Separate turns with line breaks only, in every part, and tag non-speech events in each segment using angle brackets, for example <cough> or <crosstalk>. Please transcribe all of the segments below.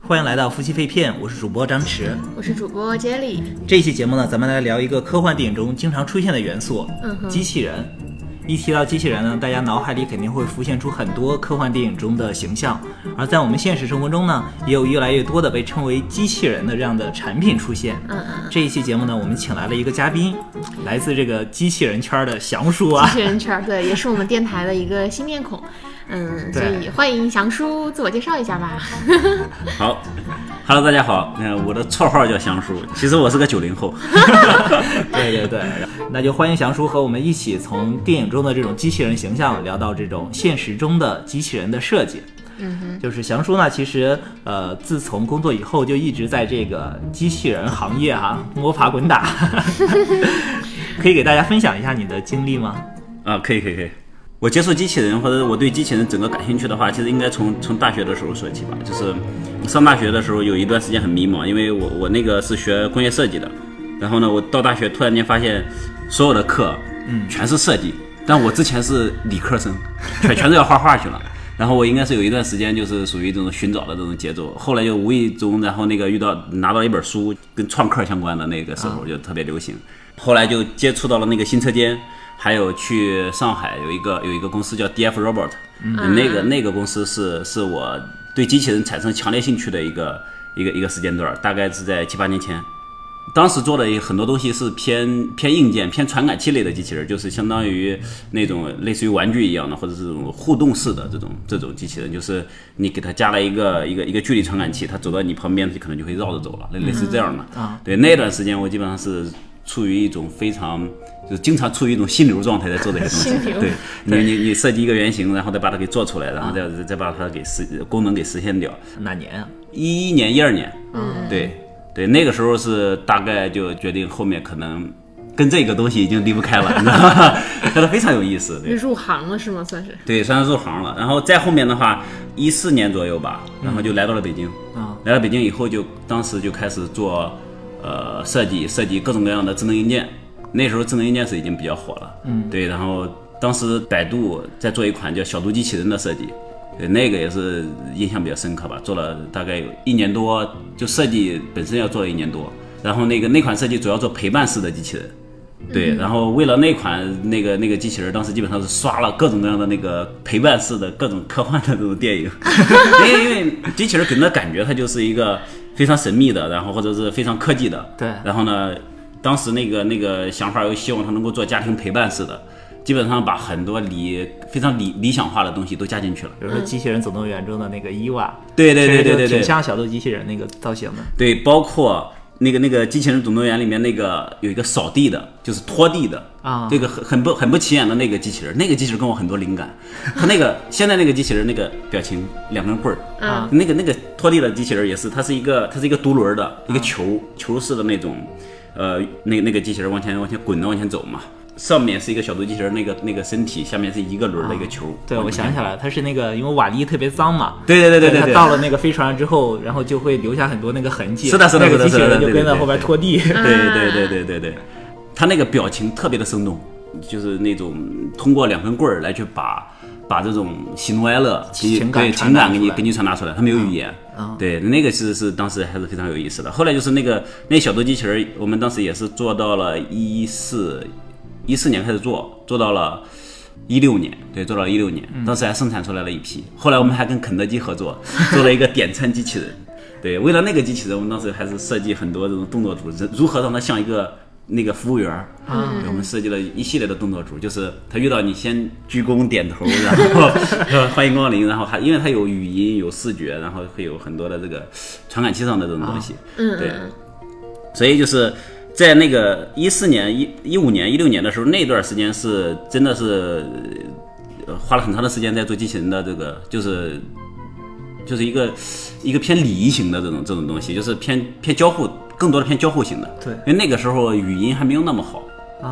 欢迎来到夫妻肺片，我是主播张弛。
我是主播 Jelly，
这一期节目呢，咱们来聊一个科幻电影中经常出现的元素
嗯
——
哼
机器人。一提到机器人呢，大家脑海里肯定会浮现出很多科幻电影中的形象，而在我们现实生活中呢，也有越来越多的被称为机器人的这样的产品出现。
嗯嗯，
这一期节目呢，我们请来了一个嘉宾，来自这个机器人圈的翔叔啊
机。器人圈儿对，也是我们电台的一个新面孔，嗯，所
对
以欢迎翔叔自我介绍一下吧。
好，Hello，大家好，那、
呃
我的绰号叫翔叔，其实我是个九零 <laughs> 后，
对对对，那就欢迎翔叔和我们一起从电影中的这种机器人形象聊到这种现实中的机器人的设计。
嗯哼，
就是翔叔呢，其实呃，自从工作以后就一直在这个机器人行业哈、摸爬滚
<laughs>
打，可以给大家分享一下你的经历吗？
啊，可以可以可以。我接触机器人或者我对机器人整个感兴趣的话，其实应该从从大学的时候说起吧。就是我上大学的时候有一段时间很迷茫，因为我我那个是学工业设计的，然后呢，我到大学突然间发现所有的课，嗯，全是设计，但我之前是理科生，全全都要画画去了。然后我应该是有一段时间就是属于这种寻找的这种节奏，后来就无意中，然后那个遇到拿到一本书跟创客相关的那个时候就特别流行，后来就接触到了那个新车间，还有去上海有一个有一个公司叫 DF Robot，、那个那个公司是是我对机器人产生强烈兴趣的一个一个一个时间段儿，大概是在七八年前。当时做的也很多东西是偏偏硬件、偏传感器类的机器人，就是相当于那种类似于玩具一样的，或者是这种互动式的这种这种机器人，就是你给它加了一个一个一个距离传感器，它走到你旁边，它可能就会绕着走了，类类似这样的。
啊
对，那段时间我基本上是处于一种非常就是经常处于一种心流状态在做这些东西。
流
对，你你你设计一个原型，然后再把它给做出来，然后再再把它给实功能给实现掉。
哪年啊？
一一年、一二年，对对，那个时候是大概就决定后面可能跟这个东西已经离不开了，你知道吗？ <laughs> 觉得非常有意思，对
入行了是吗？算是
对，算是入行了。然后再后面的话，一四年左右吧，然后就来到了北京。
啊
来到北京以后就，当时就开始做呃设计，设计各种各样的智能硬件。那时候智能硬件是已经比较火了，嗯，对。然后当时百度在做一款叫小度机器人的设计，对，那个也是印象比较深刻吧。做了大概有一年多，就设计本身要做了一年多。然后那个那款设计主要做陪伴式的机器人，对，然后为了那款那个那个机器人，当时基本上是刷了各种各样的那个陪伴式的各种科幻的这种电影，因为因为机器人给人的感觉它就是一个非常神秘的，然后或者是非常科技的，
对
然后呢，当时那个那个想法又希望它能够做家庭陪伴式的，基本上把很多理非常理理想化的东西都加进去了。
比如说《机器人总动员》中的那个伊娃，
对嗯对对对对
其实就
对
挺像小豆机器人那个造型的。
对，包括那个那个《机器人总动员》里面那个有一个扫地的，就是拖地的
啊
这个很很不很不起眼的那个机器人，那个机器人跟我很多
<laughs>
灵感。他那个现在那个机器人那个表情，两根棍儿
啊，
那个那个拖地的机器人也是，它是一个它是一个独轮儿的一个球、球似的那种，呃，那那个机器人往前往前滚着往前走嘛。上面是一个小独机器人，那个那个身体下面是一个轮儿的一个球。
啊对，
往
我
前
想起来了，它是那个因为瓦砾特别脏嘛，
对哦对对对对
它
对，
到了那个飞船上之后，然后就会留下很多那个痕迹。
是的是的
那个
是的
机器
是的
人就
对对
跟在
对
后边
对
拖地。
<laughs> 对对
啊
对对对对，他那个表情特别的生动，就是那种通过两根棍儿来去把把这种喜怒哀乐、给你
情感
对
传
情
达
感给
出
你
来嗯
给你传达出来，他没有语言。对，那个是是当时还是非常有意思的。后来就是那个那小多机器人儿，我们当时也是做到了一四一四年开始做，做到了。一六年，对，做到了一六
嗯
年，当时还生产出来了一批。后来我们还跟肯德基合作，做了一个点餐机器人。对，为了那个机器人，我们当时还是设计很多这种动作组，如如何让它像一个那个服务员儿。嗯，我们设计了一系列的动作组，就是他遇到你先鞠躬点头，然后呃欢迎光临，然后还因为它有语音、有视觉，然后会有很多的这个传感器上的这种东西。
嗯
对，所以就是在那个一四年、一一五年、一六年的时候，那段时间是真的是、呃花了很长的时间在做机器人的这个，就是就是一个一个偏礼仪型的这种这种东西，就是偏偏交互，更多的偏交互型的。
对 <laughs>
因为那个时候语音还没有那么好。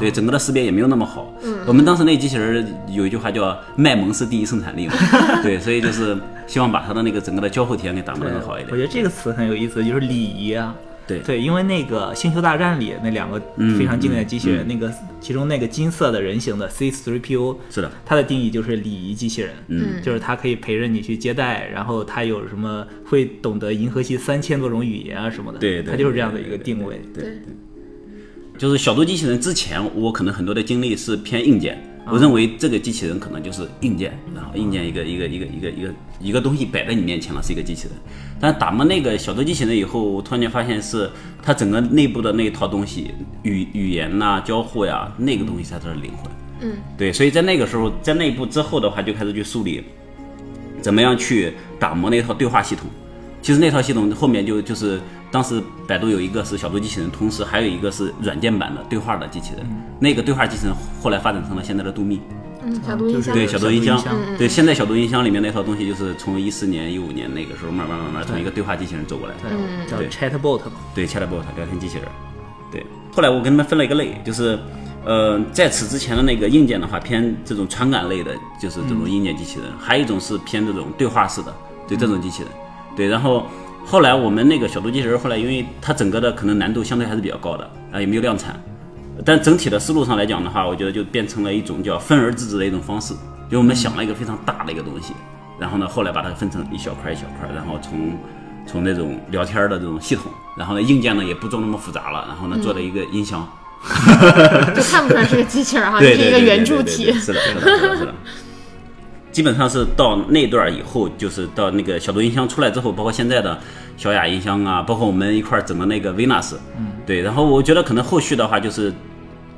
对，整个的识别也没有那么好。我们当时那机器人有一句话叫“卖萌是第一生产力”嘛，对，所以就是希望把它的那个整个的交互体验给打磨得更好一点
我。觉得这个词很有意思，就是礼仪啊。
对
对，因为那个《星球大战》里那两个
嗯
非常经典的机器人，
嗯嗯
那个其中那个金色的人形的 C3PO，
是的，
它的定义就是礼仪机器人，
嗯
就是它可以陪着你去接待，然后它有什么会懂得银河系三千多种语言啊什么的，
对对
它就是这样的一个定位。
对
对，
就是小度机器人之前，我可能很多的精力是偏硬件。我认为这个机器人可能就是硬件，然后硬件一个一个一个一个一个一个东西摆在你面前了，是一个机器人。但打磨那个小度机器人以后，我突然间发现是它整个内部的那一套东西，语语言呐、交互呀、那个东西才是灵魂。
嗯，
对，所以在那个时候，在内部之后的话，就开始去梳理怎么样去打磨那套对话系统。其实那套系统后面就就是当时百度有一个是小度机器人，同时还有一个是软件版的对话的机器人。那个对话机器人后来发展成了现在的度密，
嗯，小度音箱，
啊对
小
小
度
度
音
音
箱
箱
嗯，
对现在小度音箱里面那套东西，就是从一四年、一五年那个时候慢慢慢慢从一个对话机器人走过来的。
对，叫
对
Chatbot 嘛，
对 chatbot 聊天机器人。对，后来我跟他们分了一个类，就是，呃，在此之前的那个硬件的话，偏这种传感类的，就是这种硬件机器人；还有一种是偏这种对话式的，对这种机器人。对，然后后来我们那个小度机器人，后来因为它整个的可能难度相对还是比较高的，啊，也没有量产，但整体的思路上来讲的话，我觉得就变成了一种叫分而治之的一种方式，就我们想了一个非常大的一个东西，然后呢，后来把它分成一小块一小块，然后从从那种聊天的这种系统，然后呢硬件呢也不做那么复杂了，然后呢做了一个音箱，
就看不出来是个机器人哈，
对
是
对
一
对
个
对
圆
对
柱
对
体
对，是的，是的，是的，是的。基本上是到那段儿以后，就是到那个小度音箱出来之后，包括现在的小雅音箱啊，包括我们一块儿整的那个 Venus，嗯，对。然后我觉得可能后续的话，就是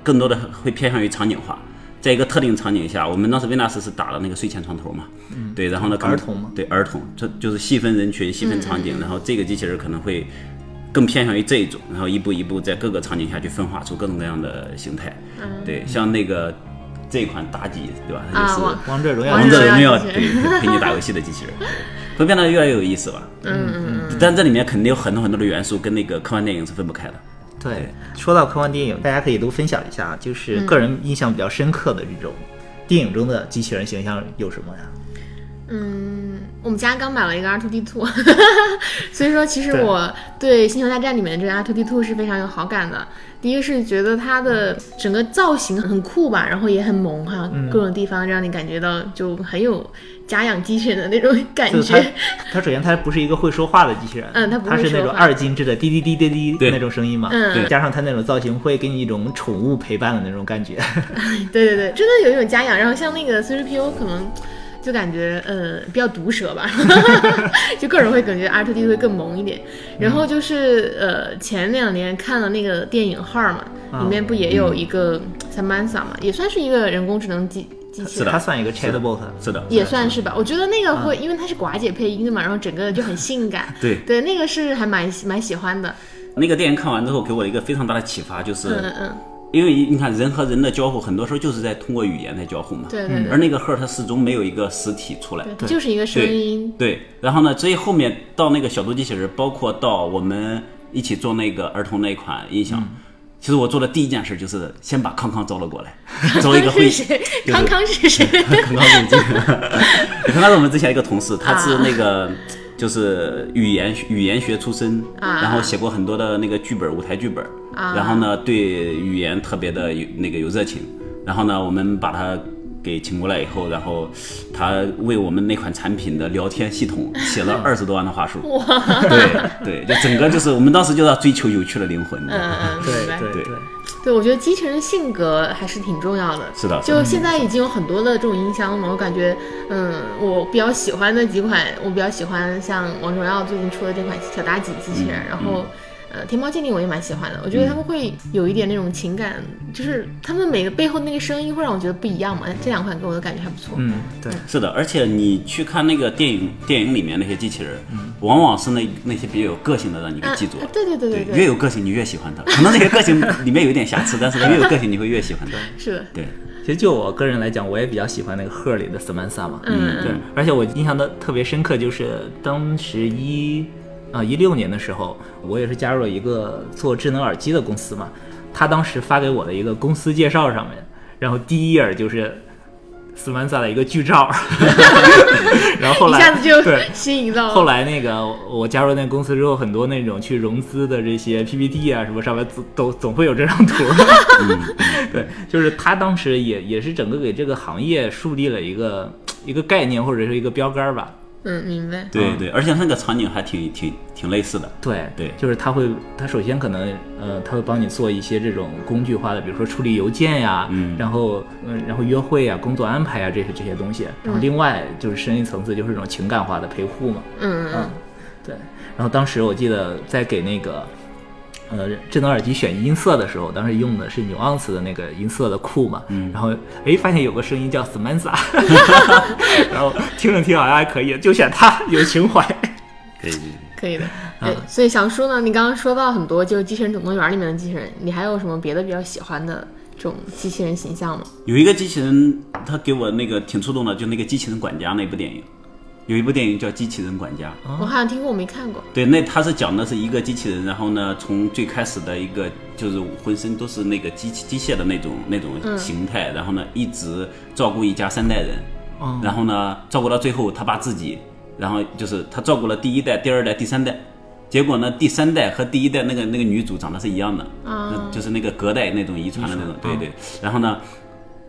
更多的会偏向于场景化，在一个特定场景下，我们当时 Venus 是打了那个睡前床头嘛，嗯，对。然后呢，可能
儿童吗
对儿童，这就是细分人群、
嗯
细分场景，然后这个机器人可能会更偏向于这一种，然后一步一步在各个场景下去分化出各种各样的形态。对，像那个这一款妲己，对吧？它就
嗯
是
啊我
王者荣耀
王
王
者
者荣
荣
耀
耀
对
机器
陪你打游戏的机
<laughs>
器人，对会变得越来越有意思吧？
嗯嗯嗯，
但这里面肯定有很多很多的元素跟那个科幻电影是分不开的。
对，说到科幻电影，大家可以都分享一下，就是个人印象比较深刻的这种电影中的机器人形象有什么呀？
嗯，我们家刚买了一个 R two D two，所以说其实
对
我对《星球大战》里面的这个 R two D two 是非常有好感的。第一个是觉得它的整个造型很酷吧，然后也很萌哈，
嗯
各种地方让你感觉到就很有家养机器人的那种感
就是它
觉。，
它首先它不是一个会说话的机器人，
嗯它不会
是那种
说话
二进制的滴滴滴滴滴
对
那种声音嘛，
嗯对
加上它那种造型会给你一种宠物陪伴的那种感觉，
对对对，真的有一种家养。然后像那个 C 3 P O 可能。就感觉呃比较毒舌吧， <laughs> 就个人会感觉 R 2 D 会更萌一点。然
嗯
后就是呃前两年看了那个电影《号》嘛，
啊
里面不也
嗯
有一个 Samantha 嘛，也算是一个人工智能机机器
是的
它
人。
算一个 chatbot，
是的，。
也算是吧，我觉得那个会，因为它是寡姐配音的嘛，然后整个就很性感
对
对，那个是还蛮喜蛮喜欢的。
那个电影看完之后给我一个非常大的启发，就是、
嗯嗯嗯，
因为你看人和人的交互，很多时候就是在通过语言在交互嘛。
对对对
而那个 her 它始终没有一个实体出来，
对，它就是一个声音。
对，然后呢，所以后面到那个小度机器人，包括到我们一起做那个儿童那一款音响，
嗯
其实我做的第一件事就是先把康康招了过来， <laughs> 招一个会
是谁？
就是
康康是谁？ <laughs>
康康入境，康康是我们之前一个同
啊
事，他是那个。就是语言语言学出身，
啊
然后写过很多的那个剧本，舞台剧本，
啊
然后呢对语言特别的有那个有热情，然后呢我们把他给请过来以后，然后他为我们那款产品的聊天系统写
<laughs>
了二十多万的话术，对对，就整个就是我们当时就要追求有趣的灵
<laughs>
魂，你知道吗
嗯嗯，明白。
对
对
对。
对，我觉得机器人的性格还是挺重要的。
是的，
就现在已经有很多的这种音箱了，我感觉，嗯，我比较喜欢的几款，我比较喜欢像王者荣耀最近出的这款小妲己机器人，然后，呃，天猫精灵我也蛮喜欢的。我觉得他们会有一点那种情感，就是他们每个背后那个声音会让我觉得不一样嘛。这两款给我的感觉还不错。
嗯，对，
是的，而且你去看那个电影，电影里面那些机器人，往往是那那些比较有个性的，让你给
嗯啊
记住了。
对对对对
越有个性，你越喜欢它。 <laughs> 可能那些个性里面有点瑕疵，但是它越有个性，你会越喜欢
<laughs>
它。
是的，
对，
其实就我个人来讲，我也比较喜欢那个《赫》里的 Samantha 嘛，
嗯
对，而且我印象的特别深刻，就是当时一啊一六年的时候，我也是加入了一个做智能耳机的公司嘛，他当时发给我的一个公司介绍上面，然后第一页就是斯曼萨的一个剧照， <laughs> 然后后
<laughs> 一
来
下子就
对
吸引到了。
后来那个我加入那个公司之后，很多那种去融资的这些 PPT 啊什么上面总都总会有这张
<laughs>
图。
嗯
<laughs> 对，就是他当时也也是整个给这个行业树立了一个一个概念或者是一个标杆儿吧。
嗯，明白。
对对，而且那个场景还挺挺挺类似的。
对
对
就是他会，他首先可能呃，他会帮你做一些这种工具化的，比如说处理邮件呀、
嗯
然后嗯、然后约会呀、工作安排啊呀、这些这些东西。然后另外就是深一层次就是这种情感化的陪护嘛。
嗯
嗯，对。然后当时我记得在给那个呃智能耳机选音色的时候，当时用的是 Nuance 的那个音色的库嘛，然后哎发现有个声音叫 Samantha，然后听了听好像还可以，就选它有情怀。
可以，
可以的。
嗯
对，所以小叔呢，你刚刚说到很多就是《机器人总动员》里面的机器人，你还有什么别的比较喜欢的这种机器人形象吗？
有一个机器人，他给我那个挺触动的，就那个机器人管家那部电影，有一部电影叫《机器人管家》。
我好像听过，我没看过。
对，那他是讲的是一个机器人，然后呢，从最开始的一个就是浑身都是那个机器机械的那种那种形态，然后呢，一直照顾一家三代人，
哦
然后呢，照顾到最后他把自己，然后就是他照顾了第一代、第二代、第三代，结果呢，第三代和第一代那个那个女主长得是一样的，那就是那个隔代那哦种遗传哦的那种，对对，然后呢。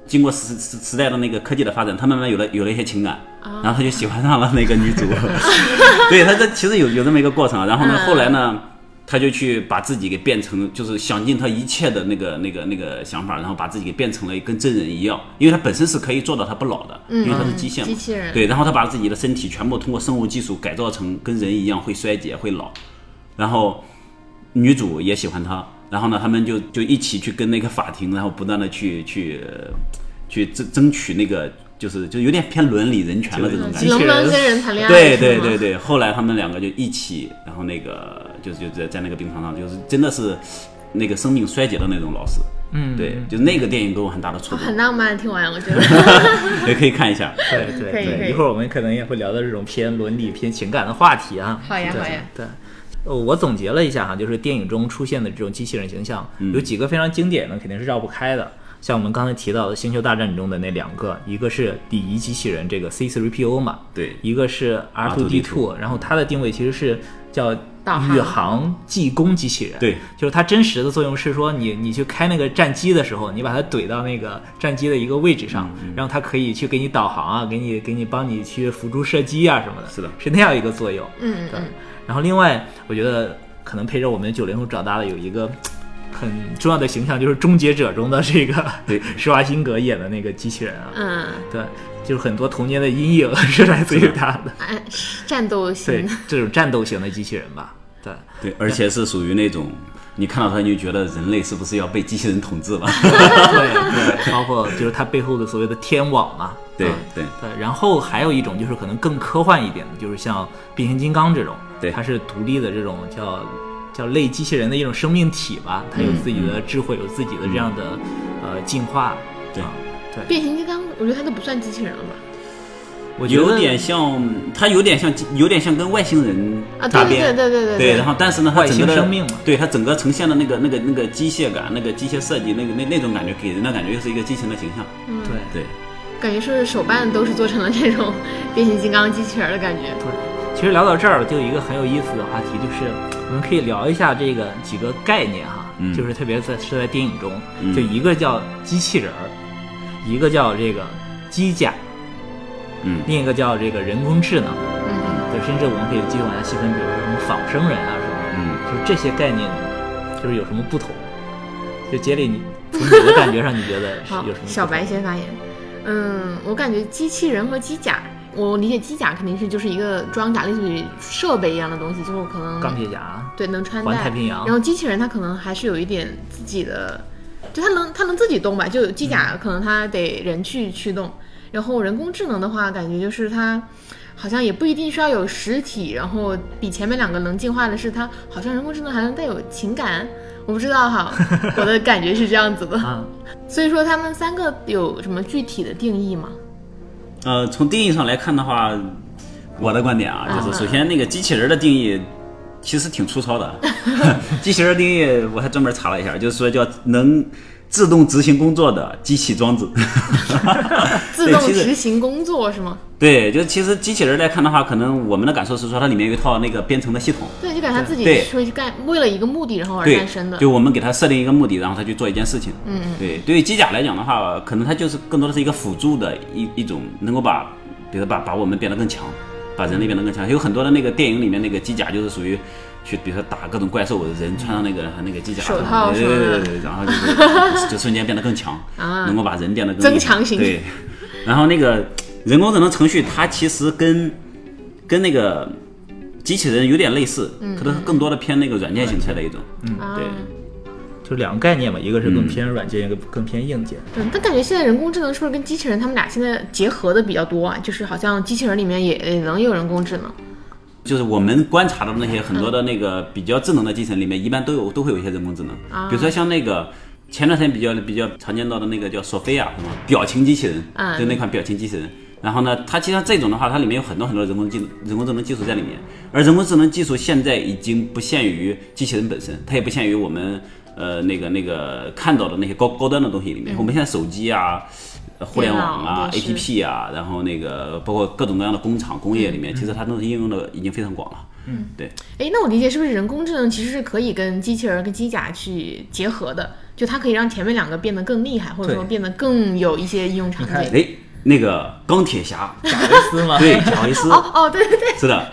经过时时时代的那个科技的发展，他慢慢有了有了一些情感，然后他就喜欢上了那个女主，对他这其实有有这么一个过程啊。然后呢，后来呢，他就去把自己给变成，就是想尽他一切的那个那个那个想法，然后把自己给变成了跟真人一样，因为他本身是可以做到他不老的，因为他是机械嘛，
嗯机器人
对，然后他把自己的身体全部通过生物技术改造成跟人一样会衰竭会老，然后女主也喜欢他，然后呢，他们就就一起去跟那个法庭，然后不断的去去呃去争争取那个。就是就有点偏伦理人权的这种感觉，
能不能跟人谈恋爱？
对
是
对
吗
对。对，后来他们两个就一起，然后那个就是就在在那个病床上，就是真的是那个生命衰竭的那种老师。嗯，对，就那个电影给我很大的触
哦 <laughs> 很
动，
浪漫，听完我觉得
也可以看一下。
对对
可以可
对，
以
一会儿我们可能也会聊到这种偏伦理、偏情感的话题啊。
好呀
对
好呀
对。呃我总结了一下哈，就是电影中出现的这种机器人形象，
嗯
有几个非常经典的，肯定是绕不开的。像我们刚才提到的《星球大战》中的那两个，一个是礼仪机器人这个 C3PO 嘛，
对
一个是 R2D2，然后它的定位其实是叫
导航
宇航技工机器人，
对，
就是它真实的作用是说你，你去开那个战机的时候，你把它怼到那个战机的一个位置上，
嗯
然后它可以去给你导航啊，给你给你帮你去辅助射击啊什么的，
是的
是那样一个作用。
嗯
对
嗯，
然后另外，我觉得可能陪着我们九零后长大的有一个很重要的形象，就是《终结者》中的这个
对
<laughs> 施瓦辛格演的那个机器人啊，
嗯，
对，就是很多童年的阴影是来自于他
<laughs>
的，
哎，战斗
对
嗯
型，
这种战斗型的机器人吧，
<laughs>
对。
对，而且是属于那种你看到它你就觉得人类是不是要被机器人统治了？ <laughs>
对对，包括就是它背后的所谓的天网嘛。
对
嗯
对
对，然后还有一种就是可能更科幻一点的，就是像变形金刚这种，
对
它是独立的这种叫叫类机器人的一种生命体吧，它
嗯
有自己的智慧，有自己的这样的、呃进化。
对
啊对，
<laughs> 变形金刚，我觉得它都不算机器人了吧？
我觉得
有点像，它有点像，有点像跟外星人
啊，
搭
对对
边。
对对对对
对，然后但是呢，它
外
整
星
个的
生命嘛
对它整个呈现的那个那个那个机械感，那个机械设计，那个那那种感觉，给人的感觉就是一个机器人的形象。
对
对，
感觉是手办都是做成了这种 <laughs> 变形金刚机器人的感觉。
对。其实聊到这儿，就有一个很有意思的话题，就是我们可以聊一下这个几个概念哈，
嗯
就是特别在是在电影中，
嗯
就一个叫机器人儿，一个叫这个机甲，
嗯，
另一个叫这个人工智能，
嗯，
对，甚至我们可以继续往下细分，比如说什么仿生人啊什么的，
嗯
就是这些概念，就是有什么不同？就杰里，你从你的感觉上，你觉得是
好
有什么不，同？
小白先发言。嗯，我感觉机器人和机甲，我理解机甲肯定是就是一个装甲，类似于设备一样的东西，就是我可能
钢铁侠，
对，能穿戴。
环太平洋
然后机器人它可能还是有一点自己的，就它能它能自己动吧，就有机甲可能它得人去驱动。然后人工智能的话，感觉就是它好像也不一定需要有实体，然后比前面两个能进化的是它好像人工智能还能带有情感，我不知道哈，我的感觉是这样子的。
啊，
所以说他们三个有什么具体的定义吗？
呃，从定义上来看的话，我的观点啊，就是首先那个机器人的定义 <laughs> 其实挺粗糙的。机器人定义我还专门查了一下，就是说叫能自动执行工作的机器装置。 <laughs>
自
对
动
其实
执行工作是吗？
对，就其实机器人来看的话，可能我们的感受是说它里面有一套那个编程的系统。
对，就感觉他自己
对
出去干，为了一个目的然后而
对
诞生，的。
就我们给它设定一个目的，然后它去做一件事情。嗯，对。对于机甲来讲的话，可能它就是更多的是一个辅助的一一种，能够把，比如把把我们变得更强，把人类变得更强。有很多的那个电影里面那个机甲就是属于去，比如说打各种怪兽，人穿上那个和那个机甲，
嗯手套
对
什么
对
的
对对，然后就
<laughs>
是就瞬间变得更强，
啊
能够把人变得更
增
厉害
强型
对，然后那个人工智能程序，它其实跟跟那个机器人有点类似，
嗯
可能更多的偏那个软件形态的一种。嗯，
啊
对。
就两个概念嘛，一个是更
嗯
偏软件，一个更偏硬件。
嗯，但感觉现在人工智能是不是跟机器人他们俩现在结合的比较多啊？就是好像机器人里面也也能有人工智能。
就是我们观察到的那些很多的那个比较智能的机器人里面，一般都有都会有一些人工智能，比如说像那个前段时间比较比较常见到的那个叫索菲亚什么表情机器人，
嗯
就那款表情机器人。然后呢，它其实这种的话，它里面有很多很多人工技人工智能技术在里面，而人工智能技术现在已经不限于机器人本身，它也不限于我们呃那个那个看到的那些高高端的东西里面。我们现在手机啊、呃互联网啊、
电脑
APP
电视
P 啊，然后那个包括各种各样的工厂、工业里面，其实它都应用的已经非常广了。嗯，对，
哎，那我理解是不是人工智能其实是可以跟机器人、跟机甲去结合的？就它可以让前面两个变得更厉害，或者
对
说变得更有一些应用场
看
景。
哎，那个钢铁侠，
贾维斯吗？
对，贾维斯，
哦哦，对对对，
<laughs> 是的，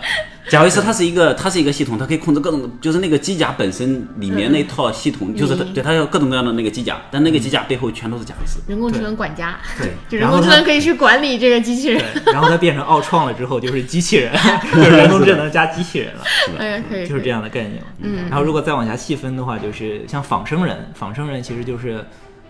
贾维斯它是一个，它是一个系统，它可以控制各种，就是那个机甲本身里面那套系统，就是它
嗯
对它有各种各样的那个机甲，但那个机甲背后全都是贾维斯。
人工智能管家，
嗯
对
就人
然后
工智
它
能可以去管理这个机器人。
对，然后它变成奥创了之后，就是机器人， <laughs> 就是人工智能加机器人了，
哎呀，可以，
就是
可以
这样的概念嘛。嗯，然后如果再往下细分的话，就是像仿生人，仿生人其实就是，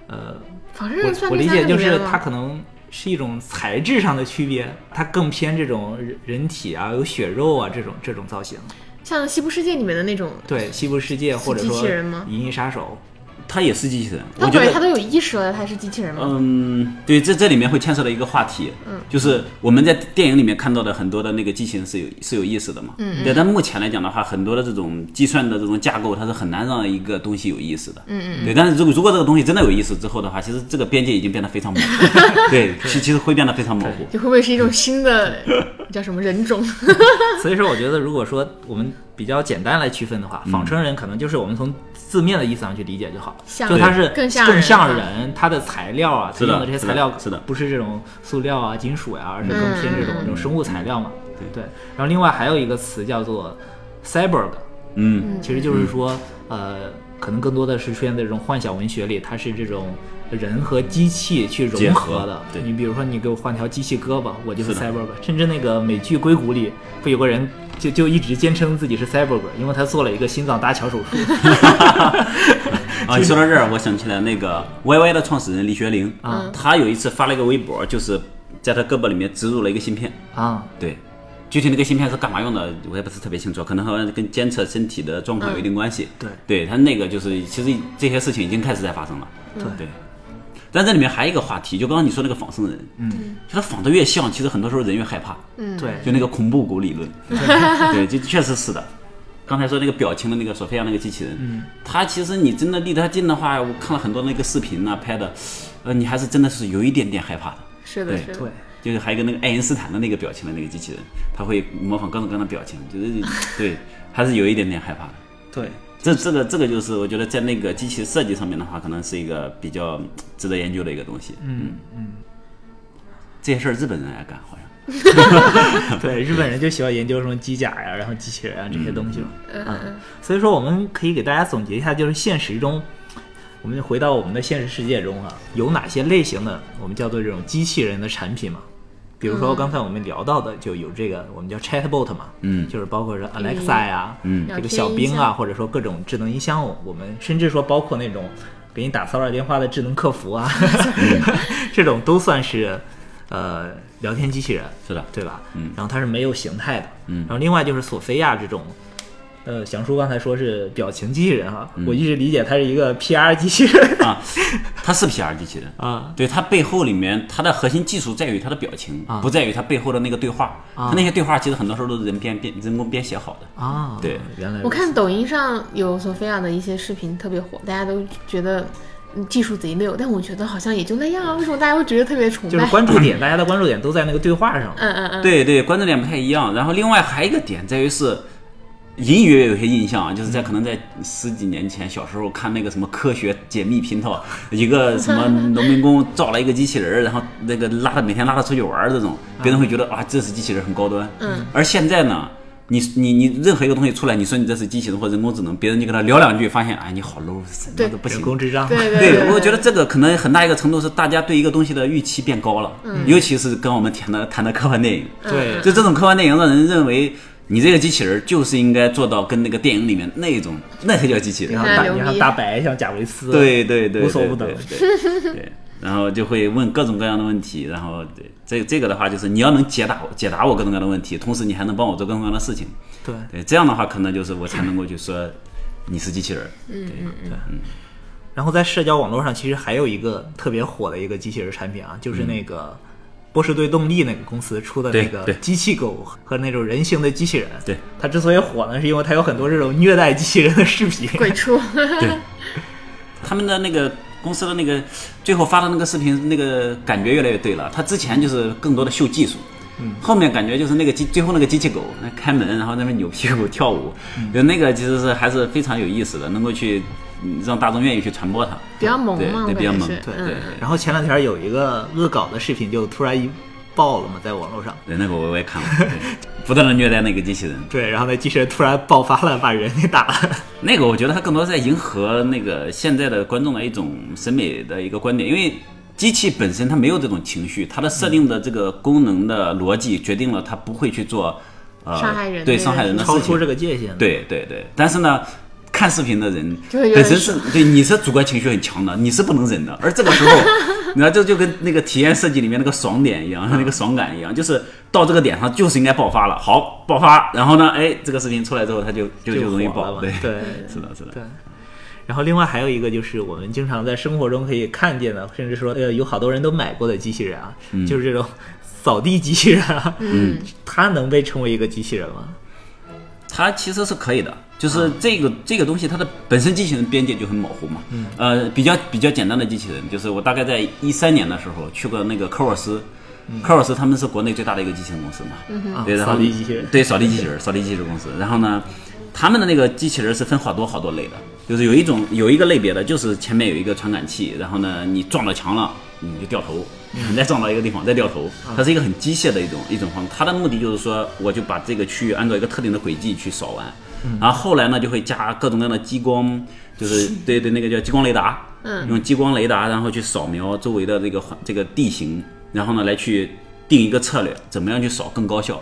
呃，
仿生人
我
嗯算
我
第
理
三
解
个里
就
面
是
吗
它可能是一种材质上的区别，它更偏这种人人体啊，有血肉啊这种这种造型。
像《西部世界》里面的那种，
对，西部世界或者
是机
说
器人吗
《银翼杀手
它也是机器人，
那
我
我
觉
感觉
得
它都有意识了，它是机器人吗？
嗯，对，这这里面会牵涉到一个话题，嗯，就是我们在电影里面看到的很多的那个机器人是有是有意识的嘛，嗯，对，但目前来讲的话，很多的这种计算的这种架构，它是很难让一个东西有意识的，嗯嗯，对，但是如果如果这个东西真的有意识之后的话，其实这个边界已经变得非常模糊， <laughs> 对，其其实会变得非常模糊，
就会不会是一种新的叫什么人种？》。 <laughs>
所以说，我觉得如果说我们比较简单来区分的
嗯
话，仿生人可能就是我们从字面的意思上去理解就好，
像
就它是
更像
更
人啊
像
哈
人，它的材料啊，它
是的
用的这些
是
材料
的是的
不是这种塑料啊、金属呀、而是更
嗯
偏这种这种生物材料嘛。
嗯
对，然后另外还有一个词叫做 cyborg，
嗯，
其实就是说，呃，可能更多的是出现在这种幻想文学里，它是这种人和机器去
结
融
合
合的。
对
你比如说，你给我换条机器胳膊，我就是
是的
cyborg。甚至那个美剧《硅谷》里，不有个人就就一直坚称自己是 cyborg，因为他做了一个心脏搭桥手术
啊，你说到这儿，我想起来那个 YY 的创始人李学凌，啊，他有一次发了一个微博，就是在他胳膊里面植入了一个芯片，
啊。
对，具体那个芯片是干嘛用的，我也不是特别清楚，可能好像跟监测身体的状况有一定关系。
对
嗯对，它那个就是其实这些事情已经开始在发生了。对，但这里面还有一个话题，就刚刚你说那个仿生人，嗯，就他仿的越像，其实很多时候人越害怕，
嗯，
对，
就那个恐怖谷理论。对，这确实是的。刚才说那个表情的那个索菲亚那个机器人，嗯，它其实你真的离它近的话，我看了很多那个视频啊拍的，呃，你还是真的是有一点点害怕的。
是的，
对
是的
对。，
就是还有一个那个爱因斯坦的那个表情的那个机器人，它会模仿各种各样的表情，就是 <laughs> 对，还是有一点点害怕的。
对，
这这个这个就是我觉得在那个机器设计上面的话，可能是一个比较嗯值得研究的一个东西。嗯嗯，这些事儿日本人爱干，好像。
对，日本人就喜欢研究什么机甲呀、然后机器人啊这些东西嘛。嗯，所以说我们可以给大家总结一下，就是现实中，我们回到我们的现实世界中啊，有哪些类型的我们叫做这种机器人的产品嘛？比如说刚才我们聊到的，就有这个我们叫 chatbot 嘛，
嗯
就是包括是 Alexa 呀，
嗯
这个小兵啊，或者说各种智能音箱，我们甚至说包括那种给你打骚扰电话的智能客服
<laughs>
啊， <laughs>
嗯
这种都算是呃聊天机器人。
是的，
对吧？
嗯
然后它是没有形态的，
嗯
然后另外就是索菲亚这种，呃，翔叔刚才说是表情机器人哈，
嗯
我一直理解它是一个 PR 机器
<laughs>
人
啊，它是 PR 机器人。
啊，
对它背后里面，它的核心技术在于它的表情，
啊
不在于它背后的那个对话。
啊
它那些对话其实很多时候都是人编编人工编写好的。
啊，
对
原来如此
我看抖音上有索菲亚的一些视频特别火，大家都觉得嗯技术贼溜，但我觉得好像也就那样啊。为什么大家会觉得特别崇
就
拜
是？关注点，大家的关注点都在那个对话
啊
上。
嗯嗯嗯，
对对，关注点不太一样。然后另外还有一个点在于是，隐隐约约有些印象啊，就是在可能在十几年前，小时候看那个什么科学解密频道，
<laughs>
一个什么农民工造了一个机器人儿，然后那个拉他每天拉他出去玩儿这种，别人会觉得啊，这是机器人很高端。
嗯。
而现在呢？你你你任何一个东西出来，你说你这是机器人或人工智能，别人就跟他聊两句，发现哎你好 low，什么
对
都不行
人。工智障，
对对
对，
对，
我觉得这个可能很大一个程度是大家对一个东西的预期变高了，
嗯
尤其是跟我们谈的谈的科幻电影，
对
就这种科幻电影让人认为你这个机器人就是应该做到跟那个电影里面那种，那才叫机器
你像。
人
看
大
牛
你
逼
像大白，像贾维斯，
<laughs> 对对对，
啊无所不能
对对对对，然后就会问各种各样的问题，然后对这这个的话就是你要能解答我解答我各种各样的问题，同时你还能帮我做各种各样的事情，
对
对，这样的话可能就是我才能够去说你是机器人。嗯嗯
然后在社交网络上，其实还有一个特别火的一个机器人产品啊，就是那个波士顿动力那个公司出的那个
嗯对对
机器狗和那种人形的机器人。
对，
它之所以火呢，是因为它有很多这种虐待机器人的视频。 <laughs>
鬼畜， <laughs>
对，他们的那个公司的那个最后发的那个视频，那个感觉越来越对了。他之前就是更多的秀技术，嗯，后面感觉就是那个机最后那个机器狗那开门，然后在那边扭屁股跳舞，就那个其实是还是非常有意思的，能够去嗯让大众愿意去传播它，
比较萌
对
嘛，我
对，
感
比较
觉
萌，
是
对，
嗯
对
嗯
然后前两天有一个恶搞的视频，就突然一爆了嘛，在网络上。
对，那个我我也看了，对不断的虐待那个机器人，
对，然后那机器人突然爆发了，把人给打了。
那个我觉得它更多在迎合那个现在的观众的一种审美的一个观点，因为机器本身它没有这种情绪，它的设定的这个功能的逻辑决定了它不会去做呃
伤害人
对
的
伤害人的事
<laughs> 超
情
出这。个界限。，
对对对，但是呢。看视频的人
就会有人
本身是对你是主观情绪很强的，你是不能忍的。而这个时候，你看这就跟那个体验设计里面那个爽点一样， <laughs> 那个爽感一样，就是到这个点上就是应该爆发了。好，爆发，然后呢，哎，这个视频出来之后，它就就容易
火了
爆。
嘛。
对， <laughs>
对
是的，是的。
对。然后另外还有一个就是我们经常在生活中可以看见的，甚至说呃有好多人都买过的机器人啊，
嗯
就是这种扫地机器人啊，嗯，它能被称为一个机器人吗？
它其实是可以的，就是这个、这个东西它的本身机器人边界就很模糊嘛。嗯。呃，比较比较简单的机器人，就是我大概在一三年的时候去过那个科沃斯。科沃斯他们是国内最大的一个机器人公司嘛，
啊
对，然后
扫地机器人
对扫地机器人，扫地机器人公司。然后呢，他们的那个机器人是分好多好多类的，就是有一种有一个类别的，就是前面有一个传感器，然后呢你撞到墙了，你就掉头，你再撞到一个地方再掉头，它是一个很机械的一种一种方式。它的目的就是说，我就把这个区域按照一个特定的轨迹去扫完，然后后来呢就会加各种各样的激光，嗯就是对对那个叫激光雷达，嗯，用激光雷达然后去扫描周围的这个环这个地形，然后呢来去定一个策略，怎么样去扫更高效。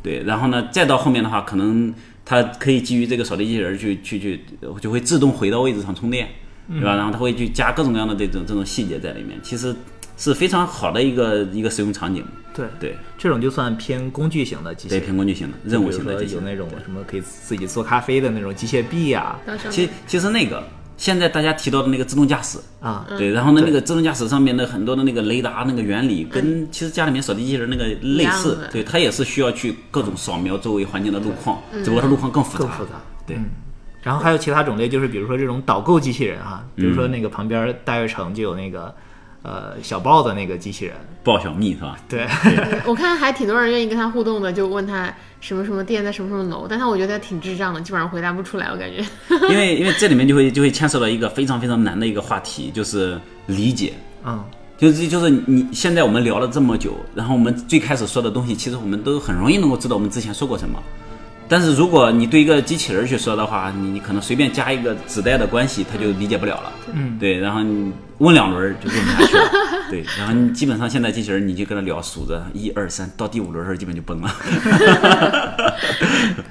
对，然后呢，再到后面的话，可能它可以基于这个扫地机器人儿去去去，就会自动回到位置上充电，对
嗯
吧？然后它会去加各种各样的这种这种细节在里面，其实是非常好的一个一个使用场景。
对，
对，
这种就算偏工具型的机器
对，
人，
偏工具型的任务型的
就
机
比如
器
说有
人。
那种什么可以自己做咖啡的那种机械臂啊，
当时
其其实那个现在大家提到的那个自动驾驶，
啊，
嗯
对，然后呢，那个自动驾驶上面的很多的那个雷达那个原理，跟其实家里面扫地机器人那个
嗯一
类
样
似
的，
对，它也是需要去各种扫描周围环境的路况，
嗯
只不过它路况更复杂，
更复杂。
对。
然后还有其他种类，就是比如说这种导购机器人啊，比
嗯
如说那个旁边大悦城就有那个呃小豹的那个机器人，
爆小蜜是吧？
对，
<laughs> 我看还挺多人愿意跟他互动的，就问他什么什么店在什么什么楼，但他我觉得他挺智障的，基本上回答不出来，我感觉。
因为因为这里面就会就会牵涉到一个非常非常难的一个话题，就是理解。
嗯，
就是就是你现在我们聊了这么久，然后我们最开始说的东西，其实我们都很容易能够知道我们之前说过什么。但是如果你对一个机器人去说的话，你你可能随便加一个指代的关系，他就理解不了了。嗯，对，然后你问两轮儿就问不下去了。对，然后你基本上现在机器人你就跟他聊数着一二三，到第五轮儿的时候基本就崩了。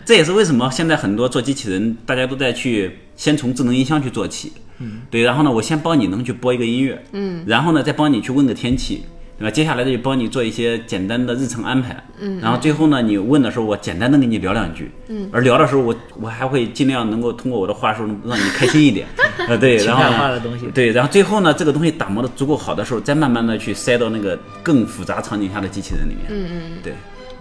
这也是为什么现在很多做机器人，大家都在去先从智能音箱去做起。嗯，对，然后呢，我先帮你能去播一个音乐，嗯，然后呢，再帮你去问个天气，对吧？接下来就帮你做一些简单的日程安排，嗯，然后最后呢，你问的时候，我简单的跟你聊两句，嗯，而聊的时候我，我还会尽量能够通过我的话术让你开心一 <laughs> 点，呃，对，
情
然后
感
呢
化的东西
对，然后最后呢，这个东西打磨的足够好的时候，再慢慢的去塞到那个更复杂场景下的机器人里面，嗯嗯，对。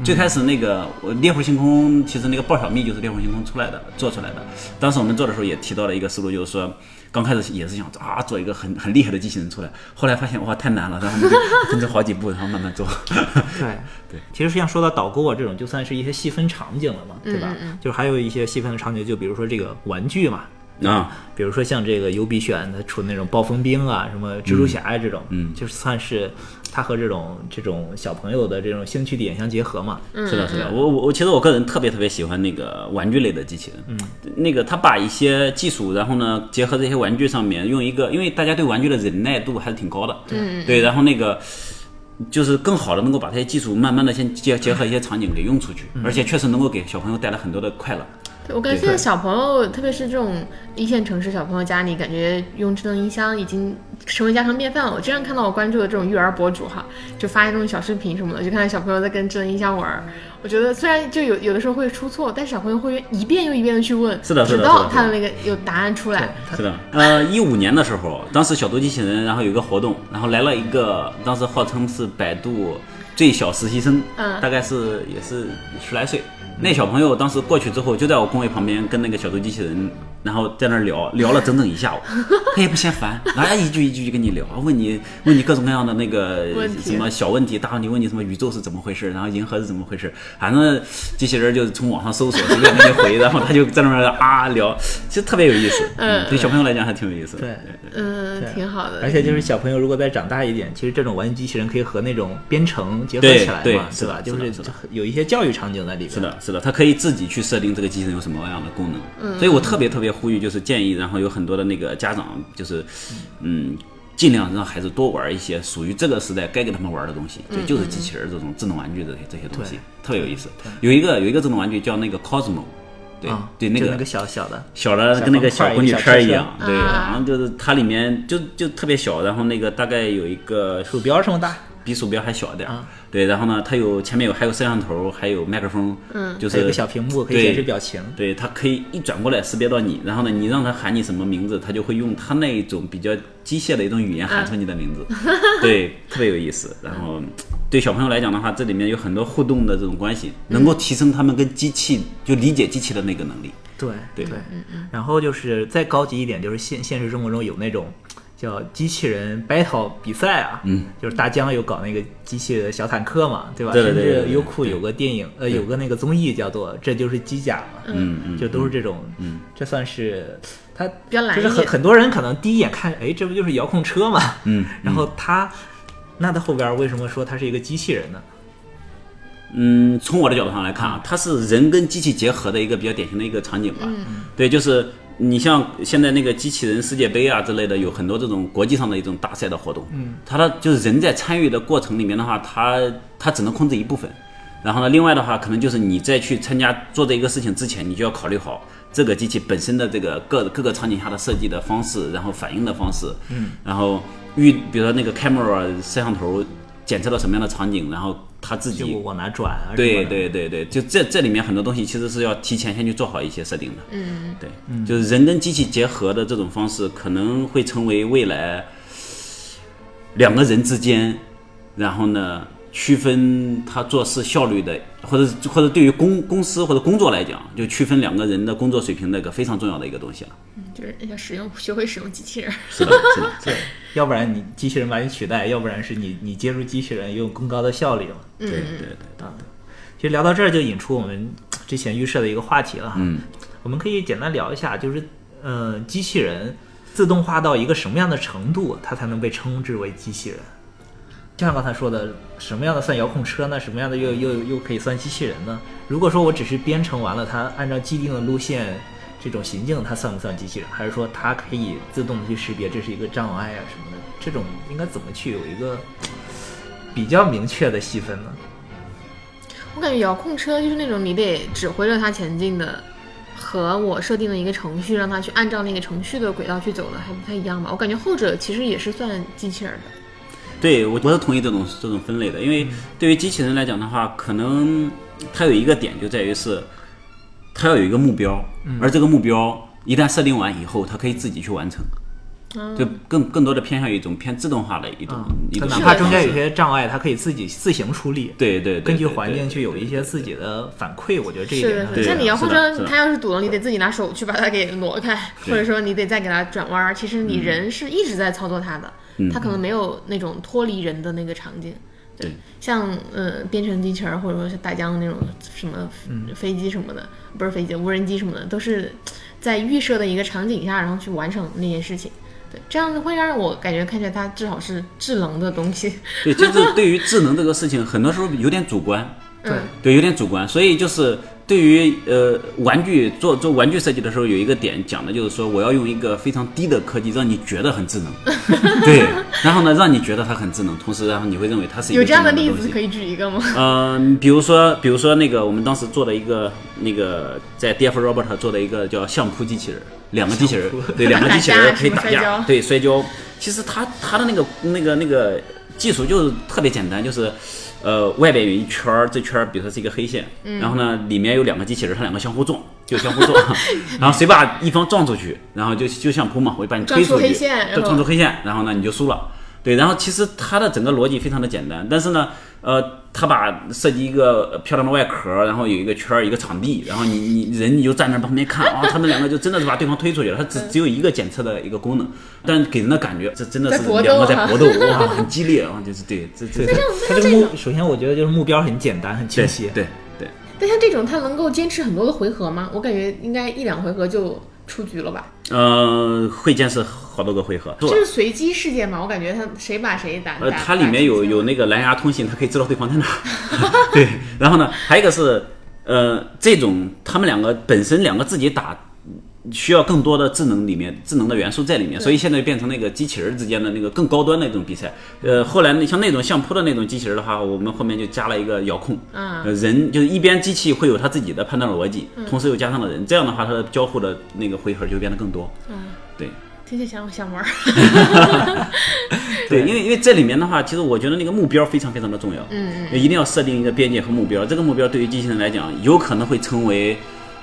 最开始那个我《猎户星空》，其实那个爆小蜜就是《猎户星空》出来的做出来的。当时我们做的时候也提到了一个思路，就是说刚开始也是想啊做一个很很厉害的机器人出来，后来发现哇太难了，然后我们就分成好几步，然后慢慢做。
对对，其实像说到导购啊这种，就算是一些细分场景了嘛，对吧？
嗯
就是还有一些细分的场景，就比如说这个玩具嘛，
啊，
比如说像这个尤比选他出那种暴风兵啊，什么蜘蛛侠啊这种，嗯，就算是他和这种这种小朋友的这种兴趣点相结合嘛，
是的，是的，我我我其实我个人特别特别喜欢那个玩具类的机器人，嗯，那个他把一些技术，然后呢结合这些玩具上面，用一个，因为大家对玩具的忍耐度还是挺高的，对，对，然后那个。就是更好的能够把这些技术慢慢的先结结合一些场景给用出去，而且确实能够给小朋友带来很多的快乐。
对，我感觉现在小朋友，特别是这种一线城市小朋友家里，感觉用智能音箱已经成为家常便饭了。我经常看到我关注的这种育儿博主哈，就发这种小视频什么的，就看到小朋友在跟智能音箱玩儿。我觉得虽然就有有的时候会出错，但是小朋友会一遍又一遍的去问，
是的是
直
的是
到
的
他的那个有答案出来。
是的，呃，一五年的时候，当时小度机器人，然后有一个活动，然后来了一个，当时号称是百度最小实习生，
嗯
大概是也是十来岁。那小朋友当时过去之后，就在我工位旁边跟那个小度机器人，然后在那儿聊聊了整整
<laughs>
一下午，他也不嫌烦，然后一句一句就跟你聊，问你问你各种各样的那个
问题
什么小问题，大问题问你什么宇宙是怎么回事，然后银河是怎么回事，反正机器人就是从网上搜索随便给你回，然后他就在那儿啊聊，其实特别有意思，嗯，对小朋友来讲还挺有意思的，
对
嗯，
对
挺好的。
而且就是小朋友如果再长大一点，其实这种玩具机器人可以和那种编程结合
对
起来嘛，
对是
对吧？
的
就是是
的是的
有一些教育场景在里边。
是的，是的，它可以自己去设定这个机器人有什么样的功能。嗯，所以我特别特别呼吁，就是建议，然后有很多的那个家长，就是，嗯，尽量让孩子多玩一些属于这个时代该给他们玩的东西，对，就是机器人这种智能玩具这些这些东西
嗯对，
特别有意思。有一个有一个智能玩具叫那个 Cosmo，对
啊，
对，
就
个
那个小小的，
小的
小
跟那个
方块
小
儿
工
一
具
个小
车
车
一样，
厢
对，
啊
然后就是它里面就就特别小，然后那个大概有一个
鼠标这么大，
比鼠标还小点儿
啊，
对，然后呢，它有前面有还有摄像头，还有麦克风，嗯，就
还有
是
个小屏幕可以
对
显示表情。
对，它可以一转过来识别到你，然后呢，你让它喊你什么名字，它就会用它那一种比较机械的一种语
啊
言喊出你的
<laughs>
名字，对，特别有意思。然后对小朋友来讲的话，这里面有很多互动的这种关系，能够提升他们跟机器就理解机器的那个能力。
对
对
对，
嗯
然后就是再高级一点，就是现现实生活中有那种叫机器人 battle 比赛啊，嗯，就是大疆有搞那个机器人小坦克嘛，对吧？
对对对对
甚至
对
优酷
对
有个电影，呃，有个那个综艺叫做《这就是机甲》嘛，
嗯嗯，
就都是这种，嗯，这算是它
比较懒一
就是很
点
很多人可能第一眼看，哎，这不就是遥控车嘛，
嗯，
然后它，那它后边为什么说它是一个机器人呢？
嗯，从我的角度上来看啊，它是人跟机器结合的一个比较典型的一个场景吧。对，就是你像现在那个机器人世界杯啊之类的，有很多这种国际上的一种大赛的活动。嗯，它的就是人在参与的过程里面的话，它它只能控制一部分。然后呢，另外的话，可能就是你在去参加做这一个事情之前，你就要考虑好这个机器本身的这个各各个场景下的设计的方式，然后反应的方式，嗯，然后预，比如说那个 camera 摄像头检测到什么样的场景，然后它自己
就往哪转啊？
对，对对对，就这这里面很多东西其实是要提前先去做好一些设定的。嗯，对，就是人跟机器结合的这种方式，可能会成为未来两个人之间，然后呢区分他做事效率的，或者或者对于公公司或者工作来讲，就区分两个人的工作水平的一个非常重要的一个东西了。
就是要使用，学会使用机器人。
是的，是的，是的。
要不然你机器人把你取代，要不然是你你接触机器人用更高的效率嘛。啊
对对对，
其实聊到这儿就引出我们之前预设的一个话题了。嗯，我们可以简单聊一下，就是呃，机器人自动化到一个什么样的程度，它才能被称之为机器人？就像刚才说的，什么样的算遥控车呢？什么样的又又又可以算机器人呢？如果说我只是编程完了，它按照既定的路线这种行径，它算不算机器人？还是说它可以自动的去识别这是一个障碍啊什么的？这种应该怎么去有一个比较明确的细分呢？
我感觉遥控车就是那种你得指挥着它前进的，和我设定的一个程序，让它去按照那个程序的轨道去走的还不太一样吧。我感觉后者其实也是算机器人的，
对我我是同意这种这种分类的，因
嗯
为对于机器人来讲的话，可能它有一个点就在于是，
嗯
它要有一个目标，而这个目标一旦设定完以后，它可以自己去完成。就更更多的偏向于一种偏自动化的一种嗯一
它嗯
种
哪
方式。
怕中间有些障碍，它可以自己自行处理，啊
对对，对
根据
对
环
对
境去有
对
一些自己的反馈。我觉得这一
是
点
的，
上
是的，像你摇
啊是
货
的是
车，
的
它要是堵了，你得自己拿手去把它给挪开，或
对嗯
者说你得再给它转弯儿。其实你人是一直在操作它的，它可能没有那种脱离人的那个场景。
对，
像呃编程机器人儿，或者说是大疆那种什么
嗯
飞机什么的，不是飞机，无人机什么的，都是在预设的一个场景下，然后去完成那件事情。对，这样子会让我感觉看起来它至少是智能的东西。
对，就是对于智能这个事情，很多时候有点主观，
对
嗯
对，有点主观。所以就是对于呃玩具做做玩具设计的时候，有一个点讲的就是说，我要用一个非常低的科技，让你觉得很智能，对，然后呢，让你觉得它很智能，同时然后你会认为它是一个
<laughs> 有这样
智
的
能的
例
东
子
西
可以举一个吗？
嗯，比如说，比如说那个我们当时做的一个那个在 DF Robot 做的一个叫相扑机器人，两个机器人
相，
对，两个机器人可以
打
打
架什么摔
架，
跤
对，摔跤。其实它它的那个那个那个技术就是特别简单，就是呃外边有一圈儿，这圈儿比如说是一个黑线，
嗯
然后呢里面有两个机器人，它两个相互撞，就相互撞， <laughs> 然后谁把一方撞出去，然后就就相扑嘛，我就把你
撞
推出
出
去，
黑线然
就
后
撞出黑线，然后呢你就输了。对，然后其实它的整个逻辑非常的简单，但是呢，呃，它把设计一个呃漂亮的外壳，然后有一个圈儿，一个场地，然后你你人你就站那旁边看，啊、他们两个就真的是把对方推出去了，它只
嗯
只有一个检测的一个功能，但给人的感觉这真的
在
是
搏斗
两个在
啊
搏斗，哇，很激烈啊，就是对，这这
对它它这个目，首先我觉得就是目标很简单，很清
对
晰。
对对，
但像这种，它能够坚持很多个回合吗？我感觉应该一两回合就出局了吧。
呃，会见是好多个回合，
这是随机事件嘛？我感觉它谁把谁打。
呃，
打
它里面有有。那个蓝牙通信，它可以知道对方在哪儿。 <laughs> 对，然后呢，还有一个是，呃，这种他们两个本身两个自己打，需要更多的智能里面智能的元素在里面，所以现在变成那个机器人之间的那个更高端的一种比赛。呃，后来那像那种相扑的那种机器人的话，我们后面就加了一个遥控，
嗯
呃，人就是一边机器会有它自己的判断逻辑，同时又加上了人，这样的话它的交互的那个回合就变得更多。
嗯，
对。
听起来像想玩儿。
<laughs> 对，因为因为这里面的话，其实我觉得那个目标非常非常的重要，嗯嗯，一定要设定一个边界和目标。这个目标对于机器人来讲，有可能会成为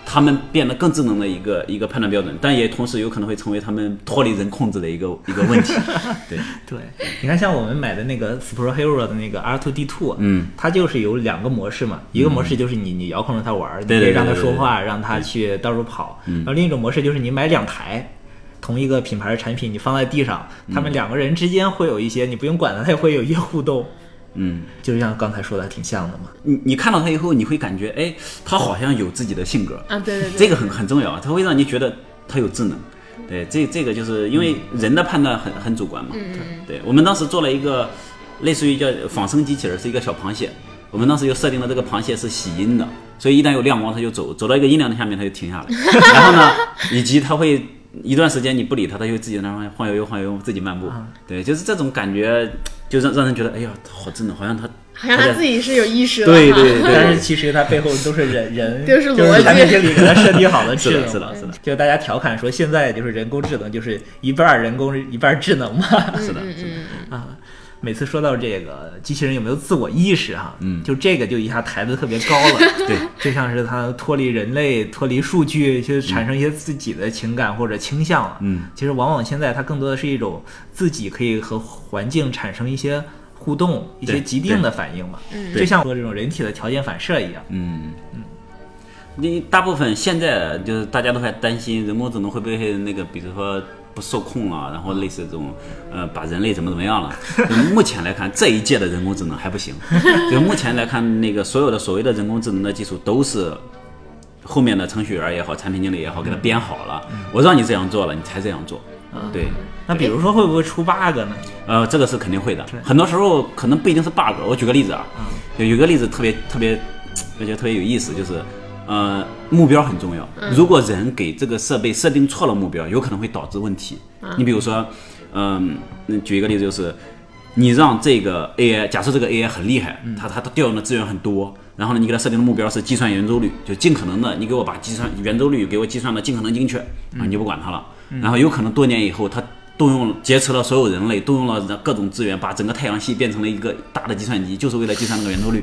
他们变得更智能的一个一个判断标准，但也同时有可能会成为他们脱离人控制的一个一个问题。对，
对，你看像我们买的那个 Spro Hero 的那个 R two D two，啊
嗯，
它就是有两个模式嘛，一个模式就是你你遥控着它玩儿，你可
对对
以
对
让它
对
说
对嗯
话，让它去到处跑，然后另一种模式就是你买两台。同一个品牌的产品，你放在地上，他们两个人之间会有一些，你不用管它，它也会有一些互动，
嗯，
就像刚才说的，挺像的嘛。
你你看到他以后，你会感觉，哎，他好像有自己的性格，
<laughs> 啊，对对对。
这个很很重要，啊它会让你觉得它有智能。对，这这个就是因为人的判断很很主观嘛。对，我们当时做了一个类似于叫仿生机器人，是一个小螃蟹。我们当时就设定了这个螃蟹是喜阴的，所以一旦有亮光它就走，走到一个阴凉的下面它就停下 <laughs> 来。然后呢，以及它会一段时间你不理它，它就自己在那儿晃悠悠晃悠悠自己漫步。对，就是这种感觉，就让让人觉得哎呀好智能，好像它
好像他自己是有意识的。
对对 <laughs> 对
但是其实它背后都是人人，
就是逻辑
产品经理给它设计
<laughs>
好的智
是
能
的
嘛。
是的是的
就大家调侃说，现在就是人工智能，就是一半儿人工，一半儿智能嘛。 <laughs>
是的，是的，
啊，每次说到这个机器人有没有自我意识哈、嗯，就这个就一下抬得特别高了，
<laughs> 对，
就像是它脱离人类、脱离数据，就产生一些自己的情感或者倾向了。
嗯，
其实往往现在它更多的是一种自己可以和环境产生一些互动、一些
对
疾病的反应嘛，嗯，就
对
像说这种人体的条件反射一样。
嗯，你大部分现在就是大家都还担心人工智能会不会那个，比如说不受控了，然后类似这种，呃，把人类怎么怎么样了。目前来看，这一届的人工智能还不行。就目前来看，那个所有的所谓的人工智能的技术都是。后面的程序员也好，产品经理也好，给他编好了，我让你这样做了，你才这样做，对，
那比如说会不会出 bug 呢？
呃，这个是肯定会的。很多时候可能不一定是 bug。我举个例子啊，有有一个例子特别特别，我觉得特别有意思，就是呃，目标很重要。如果人给这个设备设定错了目标，有可能会导致问题。你比如说，嗯、嗯举一个例子就是。你让这个 AI，假设这个 AI 很厉害，它它它调用的资源很多，然后呢，你给它设定的目标是计算圆周率，就尽可能的，你给我把计算圆周率给我计算的尽可能精确，啊，你就不管它了。然后有可能多年以后，它动用劫持了所有人类，动用了各种资源，把整个太阳系变成了一个大的计算机，就是为了计算那个圆周率。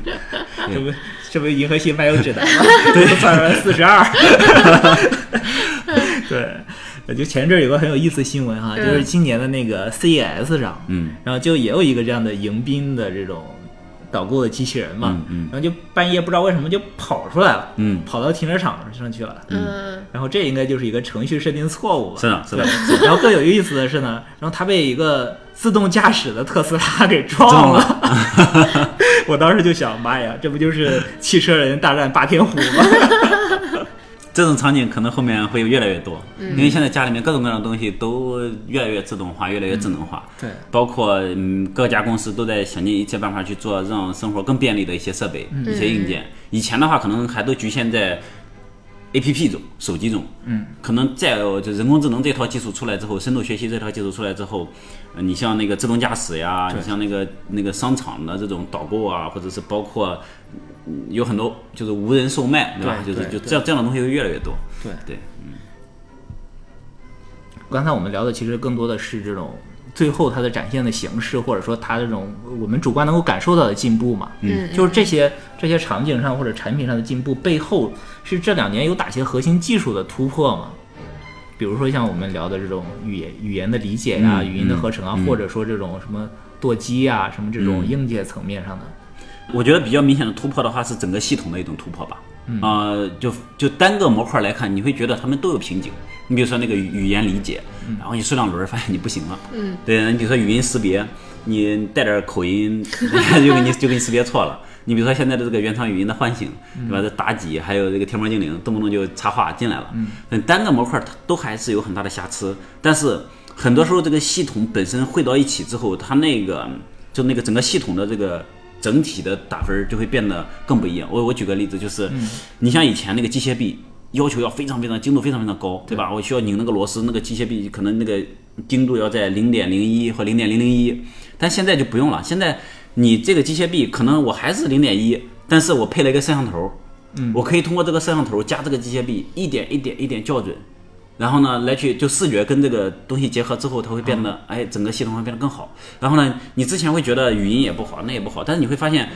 这不这不银河 <laughs> 系漫游指南吗？对，算出来四十二。对，我就前一阵儿有个很有意思的新闻哈，
嗯
就是今年的那个 CES 上，
嗯，
然后就也有一个这样的迎宾的这种导购的机器人嘛，
嗯嗯
然后就半夜不知道为什么就跑出来了，
嗯
跑到停车场上去了，
嗯
然后这应该就是一个程序设定错误吧？
是的是的
对。然后更有意思的是呢，然后他被一个自动驾驶的特斯拉给
撞
撞了。 <laughs> 我当时就想，妈呀，这不就是汽车人大战霸天虎吗？
这种场景可能后面会越来越多，因为现在家里面各种各样的东西都越来越自动化，越来越智能化。
对，
包括嗯，各家公司都在想尽一切办法去做让生活更便利的一些设备、
嗯
一些硬件。以前的话，可能还都局限在 A P P 中、手机中。嗯，可能再有就人工智能这套技术出来之后，深度学习这套技术出来之后，呃你像那个自动驾驶呀，你像那个那个商场的这种导购啊，或者是包括嗯有很多就是无人售卖，吧？
对
就是
对
就这样这样的东西会越来越多。
对
对，
刚才我们聊的其实更多的是这种最后它的展现的形式，或者说它这种我们主观能够感受到的进步嘛。
嗯
就是这些这些场景上或者产品上的进步背后，是这两年有哪些核心技术的突破吗？比如说像我们聊的这种语言语言的理解呀、
嗯
语音的
嗯
合成啊，
嗯
或者说这种什么舵机呀、什么这种
嗯
硬件层面上的，
我觉得比较明显的突破的话，是整个系统的一种突破吧。嗯、呃，就就单个模块来看，你会觉得他们都有瓶颈。你比如说那个语语言理解，然后你试两轮儿发现你不行了。
嗯，
对，你比如说语音识别，你带点儿口音， <laughs> 就给你就给你识别错了。你比如说现在的这个原创语音的唤醒，对吧？这妲己还有这个天猫精灵，动不动就插话进来了。嗯，单个模块它都还是有很大的瑕疵，但是很多时候这个系统本身汇到一起之后，它那个就那个整个系统的这个整体的打分儿就会变得更不一样。我我举个例子，就是、你像以前那个机械臂。要求要非常非常精度非常非常高，对吧？我需要拧那个螺丝，那个机械臂可能那个精度要在零点零一或零点零零一，但现在就不用了。现在你这个机械臂可能我还是零点一，但是我配了一个摄像头，嗯，我可以通过这个摄像头加这个机械臂一点一点一点校准，然后呢，来去就视觉跟这个东西结合之后，它会变得，哎，整个系统会变得更好。然后呢，你之前会觉得语音也不好，那也不好，但是你会发现，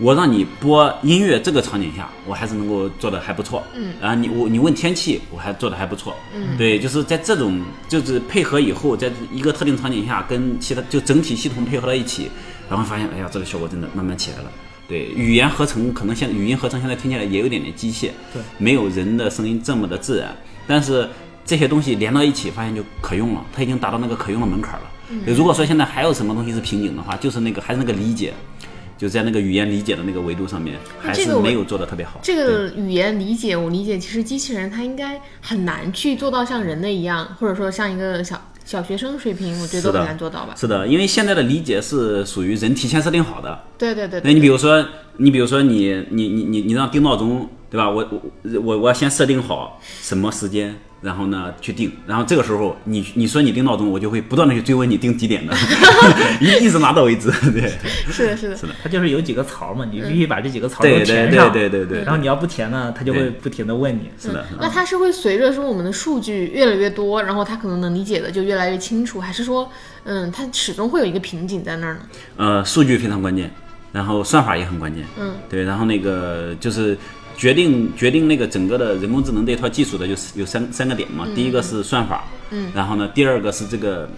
我让你播音乐这个场景下，我还是能够做的还不错。嗯，然后你我你问天气，我还做的还不错。嗯，对，就是在这种就是配合以后，在一个特定场景下跟其他就整体系统配合到一起，然后发现，哎呀，这个效果真的慢慢起来了。对，语言合成可能现语音合成现在听起来也有点点机械，
对，
没有人的声音这么的自然，但是这些东西连到一起，发现就可用了，它已经达到那个可用的门槛了。
嗯
对如果说现在还有什么东西是瓶颈的话，就是那个还是那个理解，就在那个语言理解的那个维度上面，还
这
是
个我
没有做的特别好。
这
对
个语言理解，我理解，其实机器人它应该很难去做到像人类一样，或者说像一个小小学生水平，我觉得都
是的
很难做到吧。
是的，因为现在的理解是属于人提前设定好的，
对对对
那
对，
你比如说，你比如说你你你你你让定闹钟，对吧？我我我我要先设定好什么时间，然后呢去定，然后这个时候你你说你定闹钟，我就会不断的去追问你定几点
<laughs>
的， <laughs> 一一直拿到为止，对
是的，是的，
它就是有几个槽嘛，你必须把这几个槽
对
都
对
填
对
上，
嗯对对对，
然后你要不填呢，它就
对
会不停的问你。
是的。
那它是会随着说我们的数据越来越多，然后它可能能理解的就越来越清楚，还是说，嗯，它始终会有一个瓶颈在那儿呢？
呃，数据非常关键，然后算法也很关键。
嗯，
对，然后那个就是决定决定那个整个的人工智能这套技术的，就是有三三个点
嗯
嘛。第一个是算法，嗯，然后呢，第二个是这个。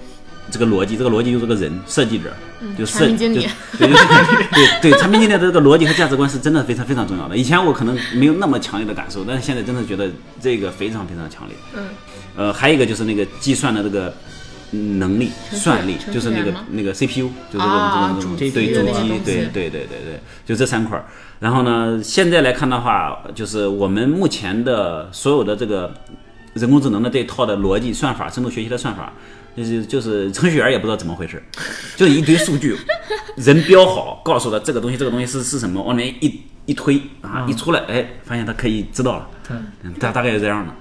这个逻辑，这个逻辑就是个人设计者，就
嗯
设
产品经理
就对就是对对，产品经理的这个逻辑和价值观是真的非常非常重要的。以前我可能没有那么强烈的感受，但是现在真的觉得这个非常非常强烈。
嗯，
呃，还有一个就是那个计算的这个嗯能力、
程序
算力，
程序
就是那个
员吗
那个 CPU，就是这种
啊
这种
主
这种对
机
主
的那个
机
东，
对
西
对对对对，就这三块儿。然后呢，现在来看的话，就是我们目前的所有的这个人工智能的这一套的逻辑算法、深度学习的算法，就是就是程序员也不知道怎么回事，就是一堆数据，人标好，告诉他这个东西这个东西是是什么，往里面一一推啊，一出来，哎，发现他可以知道了，嗯大大概是这样的。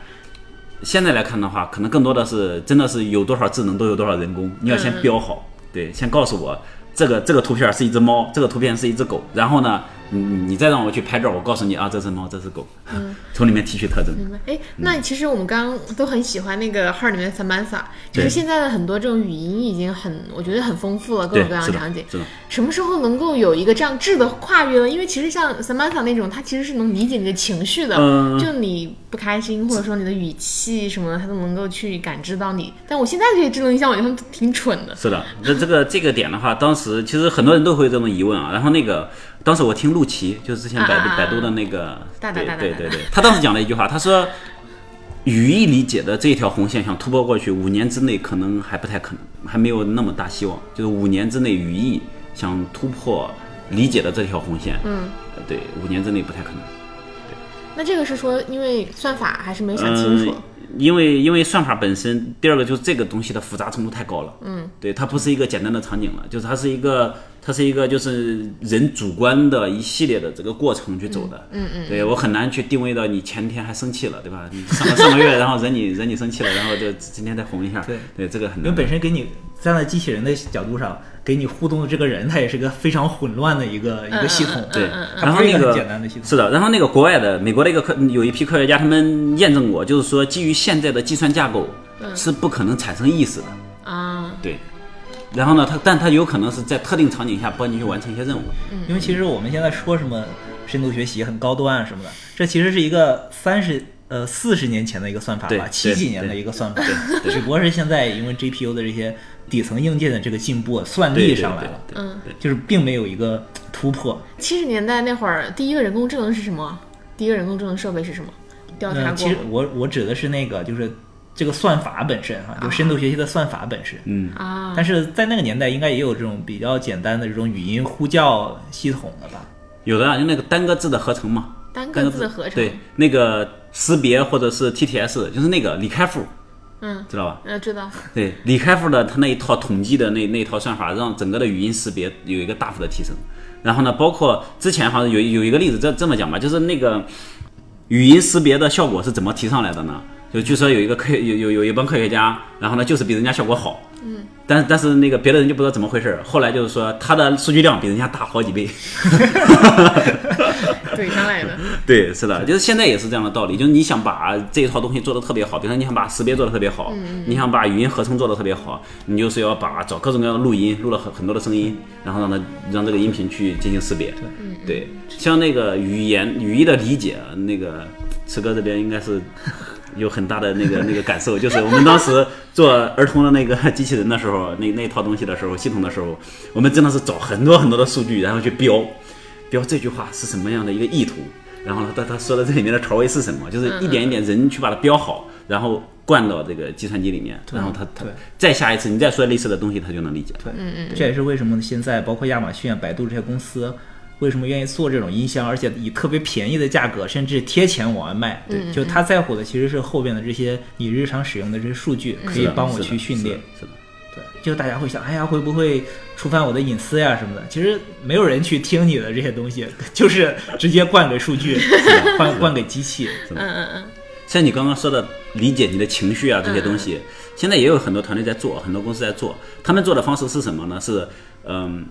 现在来看的话，可能更多的是真的是有多少智能都有多少人工，你要
嗯
先标好，对，先告诉我这个这个图片是一只猫，这个图片是一只狗，然后呢，你你再让我去拍照，我告诉你啊，这是猫，这是狗，
嗯
<laughs> 从里面提取特征。
明白。哎，
嗯
那其实我们刚刚都很喜欢那个号里面的 Samantha，就
对
是现在的很多这种语音已经很，我觉得很丰富了，各
对
种各样
是的
场景。
是的
什么时候能够有一个这样质的跨越呢？因为其实像 Samantha 那种，她其实是能理解你的情绪的，
嗯
就你不开心，或者说你的语气什么的，他都能够去感知到你。但我现在对智能音箱，我觉得他们挺蠢的。
是的，这这个这个点的话，当时其实很多人都会这么疑问啊。然后那个，当时我听陆琪，就是之前百度
啊啊啊
百度的那个，
大大
对
大大
对
大
对
大
对，他当时讲了一句话，他说，语义理解的这一条红线想突破过去，五年之内可能还不太可能，还没有那么大希望。就是五年之内语义想突破理解的这条红线，
嗯，
呃对，五年之内不太可能。
那这个是说，因为算法还是没想清楚。
嗯因为因为算法本身，第二个就是这个东西的复杂程度太高了。嗯，对，它不是一个简单的场景了，就是它是一个它是一个就是人主观的一系列的这个过程去走的。嗯嗯，对我很难去定位到你前天还生气了，对吧？你上 <laughs> 个上个月，然后惹你惹你生气了，然后就今天再红一下。
对
对，这个很
因为
难。
本身给你站在机器人的角度上，给你互动的这个人，他也是个非常混乱的一个、一个系统。
对，
它
然后
不是一
那
个
个
很简单的系统。
是的，然后那个国外的美国的一个科有一批科学家，他们验证过，就是说基于现在的计算架构是不可能产生意识的。
啊，
对。然后呢，它但它有可能是在特定场景下帮你去完成一些
<laughs>
任务。
因为其实我们现在说什么深度学习很高端啊什么的，这其实是一个三十呃四十年前的一个算法
对
吧，七几
对
年的
对
一个算法，只不过是现在因为 GPU 的这些底层硬件的这个进步啊算力上来了，
对，对
嗯，
就是并没有一个突破。
七十年代那会儿，第一个人工智能是什么？第一个人工智能设备是什么？调查
嗯，
过
其实
吗
我我指的是那个就是这个算法本身哈，就深度学习的算法本身。
嗯，
啊
但是在那个年代，应该也有这种比较简单的这种语音呼叫系统了吧？
有的啊，就那个单个字的合成嘛，
单
单
个
个
字的合成。
对，那个识别或者是 TTS，就是那个李开复，
嗯，
知道吧？
呃，知道。 <laughs>
<laughs> 对，李开复的他那一套统计的那那一套算法，让整个的语音识别有一个大幅的提升。然后呢，包括之前好像有有一个例子，这这么讲吧，就是那个语音识别的效果是怎么提上来的呢？就据说有一个科有有有一帮科学家，然后呢就是比人家效果好，嗯，但但是那个别的人就不知道怎么回事儿，后来就是说他的数据量比人家大好几倍，
怼上来的。
<laughs> 对，是的，就是现在也是这样的道理，就是你想把这一套东西做得特别好，比如说你想把识别做得特别好，你想把语音合成做得特别好，你就是要把找各种各样的录音，录了很很多的声音，然后让它让这个音频去进行识别。对，像那个语言语义的理解，那个池哥这边应该是有很大的那个那个感受，就是我们当时做儿童的那个机器人的时候，那那套东西的时候，系统的时候，我们真的是找很多很多的数据，然后去标。标这句话是什么样的一个意图，然后呢，他他说的这里面的调味是什么，就是一点一点人去把它标好，然后灌到这个计算机里面，然后他他
对
再下一次你再说类似的东西，他就能理解了。
对，这也是为什么现在包括亚马逊、啊、百度这些公司。为什么愿意做这种音箱，而且以特别便宜的价格，甚至贴钱往外卖？
嗯
对，就他在乎的其实是后边的这些你日常使用的这些数据，可
是
以
的
帮我
是的
去训练。
是的，是的
对，就大家会想，哎呀，会不会触犯我的隐私呀什么的？其实没有人去听你的这些东西，就是直接灌给数据，灌灌给机器。
像你刚刚说的，理解你的情绪啊这些东西，
嗯
现在也有很多团队在做，很多公司在做。他们做的方式是什么呢？是嗯，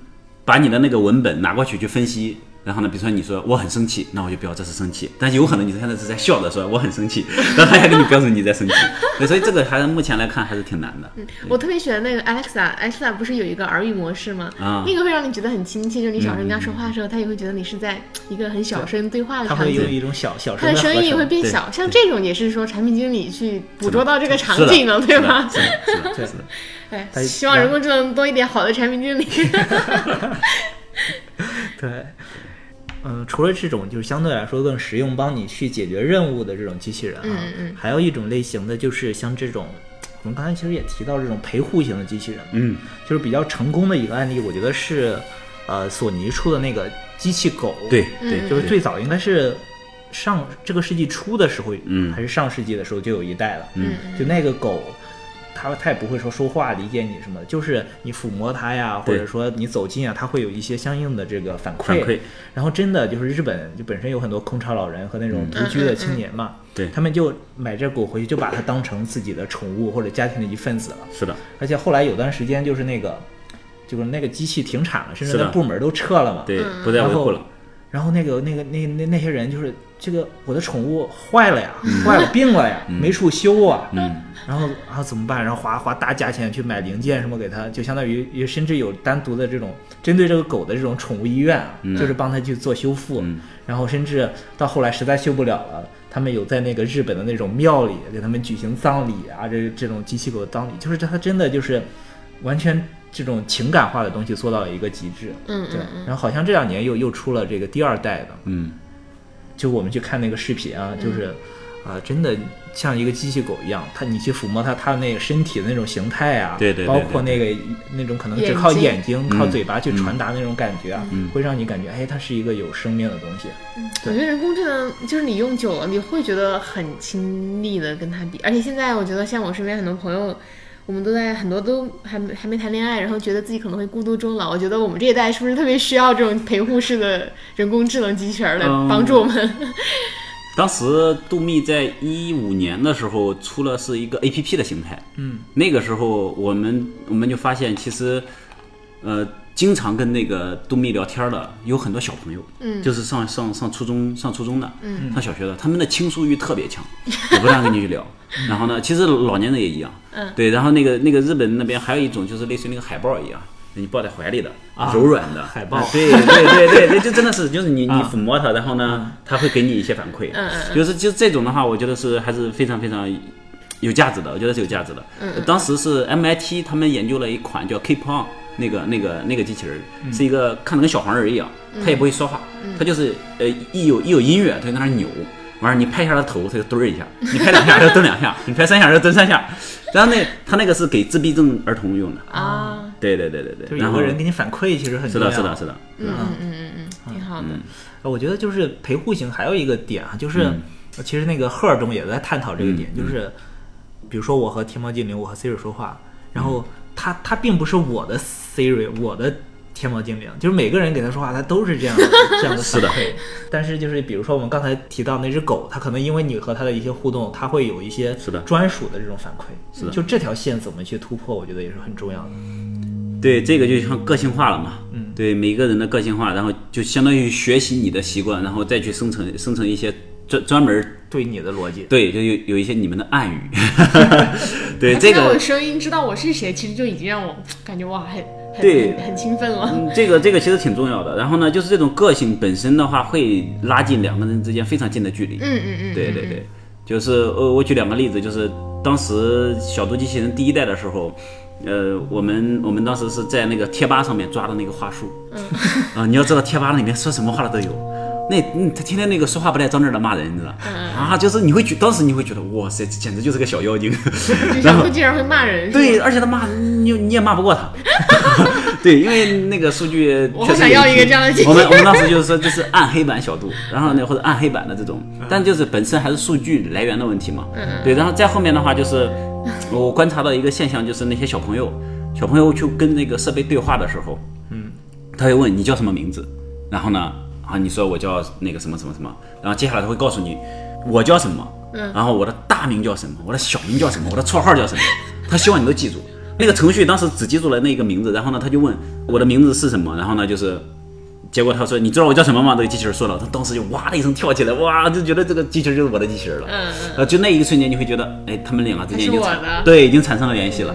把你的那个文本拿过去去分析。然后呢，比如说你说我很生气，那我就标这是生气，但有可能你现在是在笑着说我很
<laughs>
生气，然后他还给你标注你在生气，对所以这个还是目前来看还是挺难的。
我特别喜欢那个 Alexa，Alexa 不是有一个耳语模式吗？
啊嗯
那个会让你觉得很亲切，就是你小声跟他说话的时候，他也会觉得你是在一个很小声对话的
它
场
会
景
用。一种小小
它
声
的
的
声
合
音也会
成。
变
对
小，像这种也是说产品经理去捕捉到这个场
是的
景的，对
是的
吧？<laughs>
嗯是的，是的，是的。
哎，
它
希望人工智能多一点好的产品
<laughs>
经理。
对，嗯，除了这种就是相对来说更实用，帮你去解决任务的这种机器人啊，
嗯嗯
还有一种类型的就是像这种，我们刚才其实也提到这种陪护型的机器人，
嗯，
就是比较成功的一个案例，我觉得是，呃，索尼出的那个机器狗，
对
嗯
对，
就是
对
最早应该是上这个世纪初的时候，
嗯
还是上世纪的时候就有一代了，
嗯，
就那个狗。它它也不会说说话理解你什么的，就是你抚摸它呀，或
对
者说你走近啊，它会有一些相应的这个反馈。
反馈
然后真的就是日本就本身有很多空巢老人和那种独居的青年嘛，
嗯对
他们就买只狗回去，就把它当成自己的宠物或者家庭的一份子了。
是的，
而且后来有段时间就是那个，就是那个机器停产了，甚至
是的
那部门都撤了嘛。
对，
嗯
不再维护了。
然后那个那个那那那些人就是这个我的宠物坏了呀，
嗯
坏了病了呀，没处修啊，
嗯，
然后啊怎么办？然后花花大价钱去买零件什么给它，就相当于也甚至有单独的这种针对这个狗的这种
嗯
宠物医院啊，就是帮它去做修复，
嗯
然后甚至到后来实在修不了了，他们有在那个日本的那种庙里给他们举行葬礼啊，这这种机器狗的葬礼，就是它它真的就是完全这种情感化的东西做到了一个极致。
嗯
对，然后好像这两年又又出了这个第二代的，
嗯，
就我们去看那个视频啊，就是，啊、真的像一个机器狗一样，它你去抚摸它，它那个身体的那种形态啊，
对对对
包括那个那种可能只
眼
靠
睛
眼睛、靠
嗯
嘴巴去传达那种感觉啊，会让你感觉，哎，它是一个有生命的东西。
我觉得人工智能就是你用久了，你会觉得很亲密的跟它比，而且现在我觉得像我身边很多朋友，我们都在很多都还没还没谈恋爱，然后觉得自己可能会孤独终老。我觉得我们这一代是不是特别需要这种陪护式的人工智能机器人来
嗯
帮助我们？
当时杜密在一五年的时候出了是一个 A P P 的形态，
嗯，
那个时候我们我们就发现其实，呃，经常跟那个杜密聊天的有很多小朋友，
嗯
就是上上上初中上初中的，
嗯，
上小学的，他们的倾诉欲特别强， <laughs> 我不断跟你去聊。
嗯
然后呢，其实老年人也一样，
嗯
对。然后那个那个日本那边还有一种就是类似于那个海豹一样。你抱在怀里的，柔软的
海豹
啊对对对对对，就真的是， <laughs> 就是你你
啊嗯
抚摸它，然后呢，它会给你一些反馈，
嗯嗯
就是就这种的话，我觉得是还是非常非常有价值的，我觉得是有价值的。当时是 MIT 他们研究了一款叫 Keep On 那个那个那个机器人，
嗯
是一个看着跟小黄人一样，它也不会说话，它就是呃一有一有音乐，它就在那儿扭。完了，你拍一下它头，它就蹲儿一下；你拍两下，它就蹲两下；你拍三下，它就蹲三下。然后那它那个是给自闭症儿童用的，
啊，
对对对对
就
对。
是有
然后
个人啊给你反馈，其实很
是
重要。
的，是的，是的，
嗯嗯嗯嗯嗯，挺好的。
呃我觉得就是陪护型还有一个点啊，就是、
嗯
呃其实那个赫尔中也在探讨这个点，就是比如说我和天猫精灵，我和 Siri 说话，然
嗯
后他他并不是我的 Siri，我的天猫精灵，就是每个人给他说话，他都是这样的这样的
是的
反馈。 <laughs> 但是就是比如说我们刚才提到那只狗，它可能因为你和它的一些互动，它会有一些
是的
专属的这种反馈。
是的嗯
就这条线怎么去突破，我觉得也是很重要的。
对，这个就像个性化了嘛，嗯，对每个人的个性化，然后就相当于学习你的习惯，然后再去生成生成一些专专门儿
对你的逻辑，
对，就有有一些你们的
<laughs>
暗语，对
它
这
知道我
个
的声音，知道我是谁，其实就已经让我感觉哇，很
对
很很很兴奋了。
嗯这个这个其实挺重要的。然后呢，就是这种个性本身的话，会拉近两个人之间非常近的距离。
嗯嗯嗯，
对对对，就是呃，我举两个例子，就是当时小度机器人第一代的时候，呃，我们我们当时是在那个贴吧上面抓的那个话术，嗯， <laughs> 啊、你要知道贴吧里面说什么话的都有。那嗯，他天天那个说话不带脏字儿的骂人，你知道、
嗯
啊，就是你会觉，当时你会觉得哇塞，这简直就是个小妖精，
就像会竟然会骂人，是
对，
吧，
而且他骂你，你也骂不过
<laughs>
他。对，因为那个数据
我
确实
好想
有
要一个
区
这样的机器
我们我们当时就是说这是暗黑版小度，
<laughs>
然后呢或者暗黑版的这种，但就是本身还是数据来源的问题嘛。
嗯
对，然后再后面的话就是，我观察到一个现象，就是那些小朋友，小朋友去跟那个设备对话的时候，他会问你叫什么名字，然后呢，啊，你说我叫那个什么什么什么，然后接下来他会告诉你我叫什么，嗯，然后我的大名叫什么，我的小名叫什么，我的绰号叫什么，他希望你都记住。那个程序当时只记住了那个名字，然后呢，他就问我的名字是什么，然后呢就是。结果他说：“你知道我叫什么吗？”那个机器人说了，他当时就哇的一声跳起来，哇，就觉得这个机器人就是我的机器人了。
嗯嗯
呃，就那一个瞬间，你会觉得，哎，他们两个之间已经
他是我
产
的
对已经产生了联系了。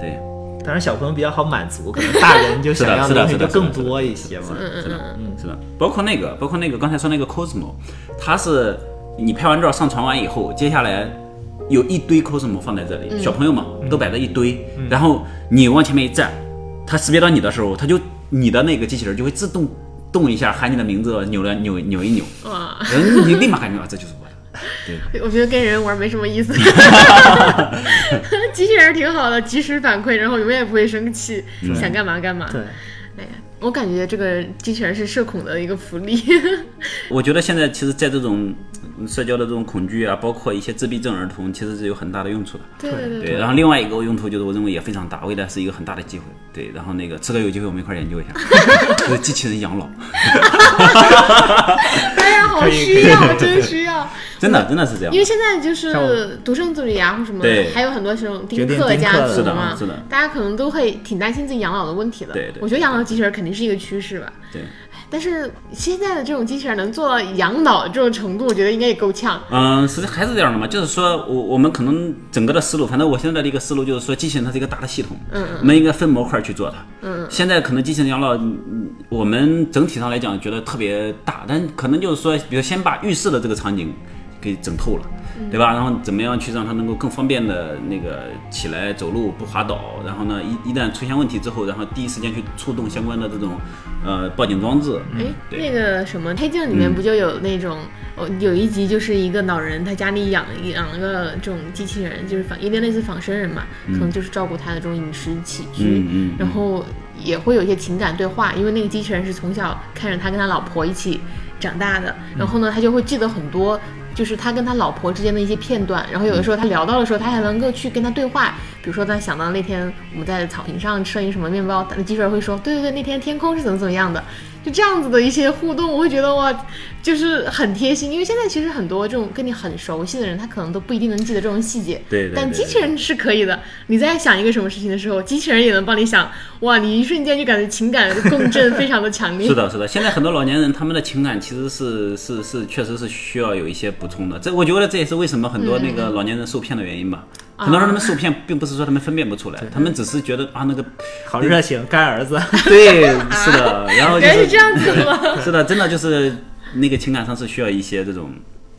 对，
当然小朋友比较好满足，可能大人就
是的
想要
是的
东西
是的
就是
的
更
是的
多一些嘛。
是的，是的，包括那个，包括那个刚才说那个 Cosmo，它是你拍完照上传完以后，接下来有一堆 Cosmo 放在这里，小朋友嘛都摆在一堆，然后你往前面一站，它识别到你的时候，它就你的那个机器人就会自动动一下，喊你的名字，扭了扭扭一扭，
哇，
然后你立马感觉到啊这就是我的。
我觉得跟人玩没什么意
<laughs>
思。机器人挺好的，及时反馈，然后永远不会生气，想干嘛干嘛。
<laughs> 对，
哎呀，我感觉这个机器人是社恐的一个福利。 <laughs>
我觉得现在其实，在这种嗯社交的这种恐惧啊，包括一些自闭症儿童，其实是有很大的用处的。
对对对，
对，然后另外一个用途就是我认为也非常大，未来是一个很大的机会。对，然后那个这个有机会我们一块儿研究一
<laughs>
下， <laughs> 就是机器人养老，
哎呀，好
可以可
需
以
要，真需要。
真的真的是这样
因。为现在就是
像我
独生子女呀，或什么
对，
还有很多这种
决
丁
定
克
丁
家
克
族
是
的
嘛，
是的
大家可能都会挺担心自己养老的问题的。
对对
我觉得养老机器人肯定是一个趋势吧。
对，
但是现在的这种机器人能做到养老这种程度，我觉得应该也够呛。
嗯，实际还是这样的嘛，就是说我我们可能整个的思路，反正我现在的一个思路就是说，机器人它是一个大的系统，嗯，我们应该分模块去做它。嗯，现在可能机器人养老，嗯嗯我们整体上来讲觉得特别大，但可能就是说，比如先把浴室的这个场景。给整透了，对吧？然后怎么样去让它能够更方便的那个起来走路不滑倒？然后呢，一一旦出现问题之后，然后第一时间去触动相关的这种呃报警装置。
哎，
对嗯
那个什么《黑镜》里面不就有那种，哦，有一集就是一个老人，他家里养养了个这种机器人，就是仿有点类似仿生人嘛，可能就是照顾他的这种饮食起居，
嗯嗯嗯
然后也会有一些情感对话，因为那个机器人是从小看着他跟他老婆一起长大的，然后呢，他就会记得很多。就是他跟他老婆之间的一些片段，然后有的时候他聊到的时候，他还能够去跟他对话。比如说，他想到那天我们在草坪上吃了一个什么面包，他的机器人会说：“对对对，那天天空是怎么怎么样的。”就这样子的一些互动，我会觉得哇，就是很贴心。因为现在其实很多这种跟你很熟悉的人，他可能都不一定能记得这种细节。
对对对
但 <laughs> 机器人是可以的。你在想一个什么事情的时候，机器人也能帮你想。哇，你一瞬间就感觉情感共振非常的强烈。
<laughs> 是的，是的。现在很多老年人他们的情感其实是是是，确实是需要有一些补充的。这我觉得这也是为什么很多那
嗯
个老年人受骗的原因吧。
啊
很多人他们受骗，并不是说他们分辨不出来，他们只是觉得啊那个，
好热情，干儿 <laughs> 子。
对，是的，然后就
啊原来
是
是这样子的吗？
<laughs> 是的，真的就是那个情感上是需要一些这种。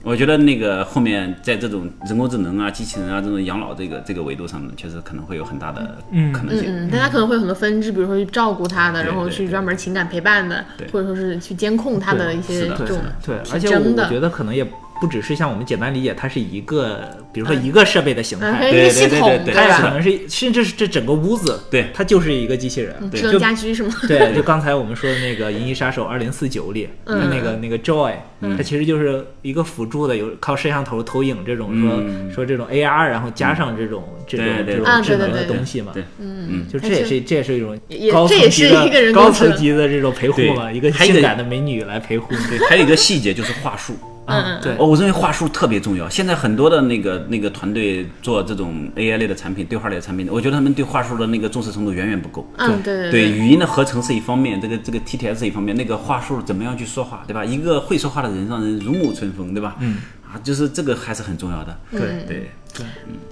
我觉得那个后面在这种人工智能啊、机器人啊这种养老这个这个维度上面，确实可能会有很大的可能性。
嗯，但他可能会有很多分支，比如说去照顾他的，
对
然后去
对
专门情感陪伴的
对，
或者说是去监控他的
对
一些
是的
这
对
种
对，
是
而且我
真
我
的
觉得可能也不只是像我们简单理解，它是一个，比如说一个设备的形
嗯，
态
还有，一个
对
系
对对
统，
对对
它也
是
可
吧？
的
能是甚至是这整个屋子，
对
它就是一个机器人。
智能
就
家居什么的？
对，就刚才我们说的那个《银翼杀手二零四九》里，
嗯
那个那个 Joy，它其实就是一个辅助的，有靠摄像头投影这种说说这种 AR，然后加上这种这种这
对对对
种
啊
智能
对
的
对对
东西嘛。
对，
嗯，
就这也是这也是一种
也
高
这
层
也
级
是一个
的
人工
高
智
层
能
级的这种陪护
对
嘛，一个
还有一
性
个
感的美女来陪护。
对，还有一个细节就是话术。
啊
嗯，
对，
哦，我认为话术特别重要。现在很多的那个那个团队做这种 AI 类的产品、对话类的产品，我觉得他们对话术的那个重视程度远远不够。
嗯，对对
对语音的合成是一方面，这个这个 TTS 是一方面，那个话术怎么样去说话，对吧？一个会说话的人让人如沐春风，对吧？嗯，啊，就是这个还是很重要的。
对
对，
嗯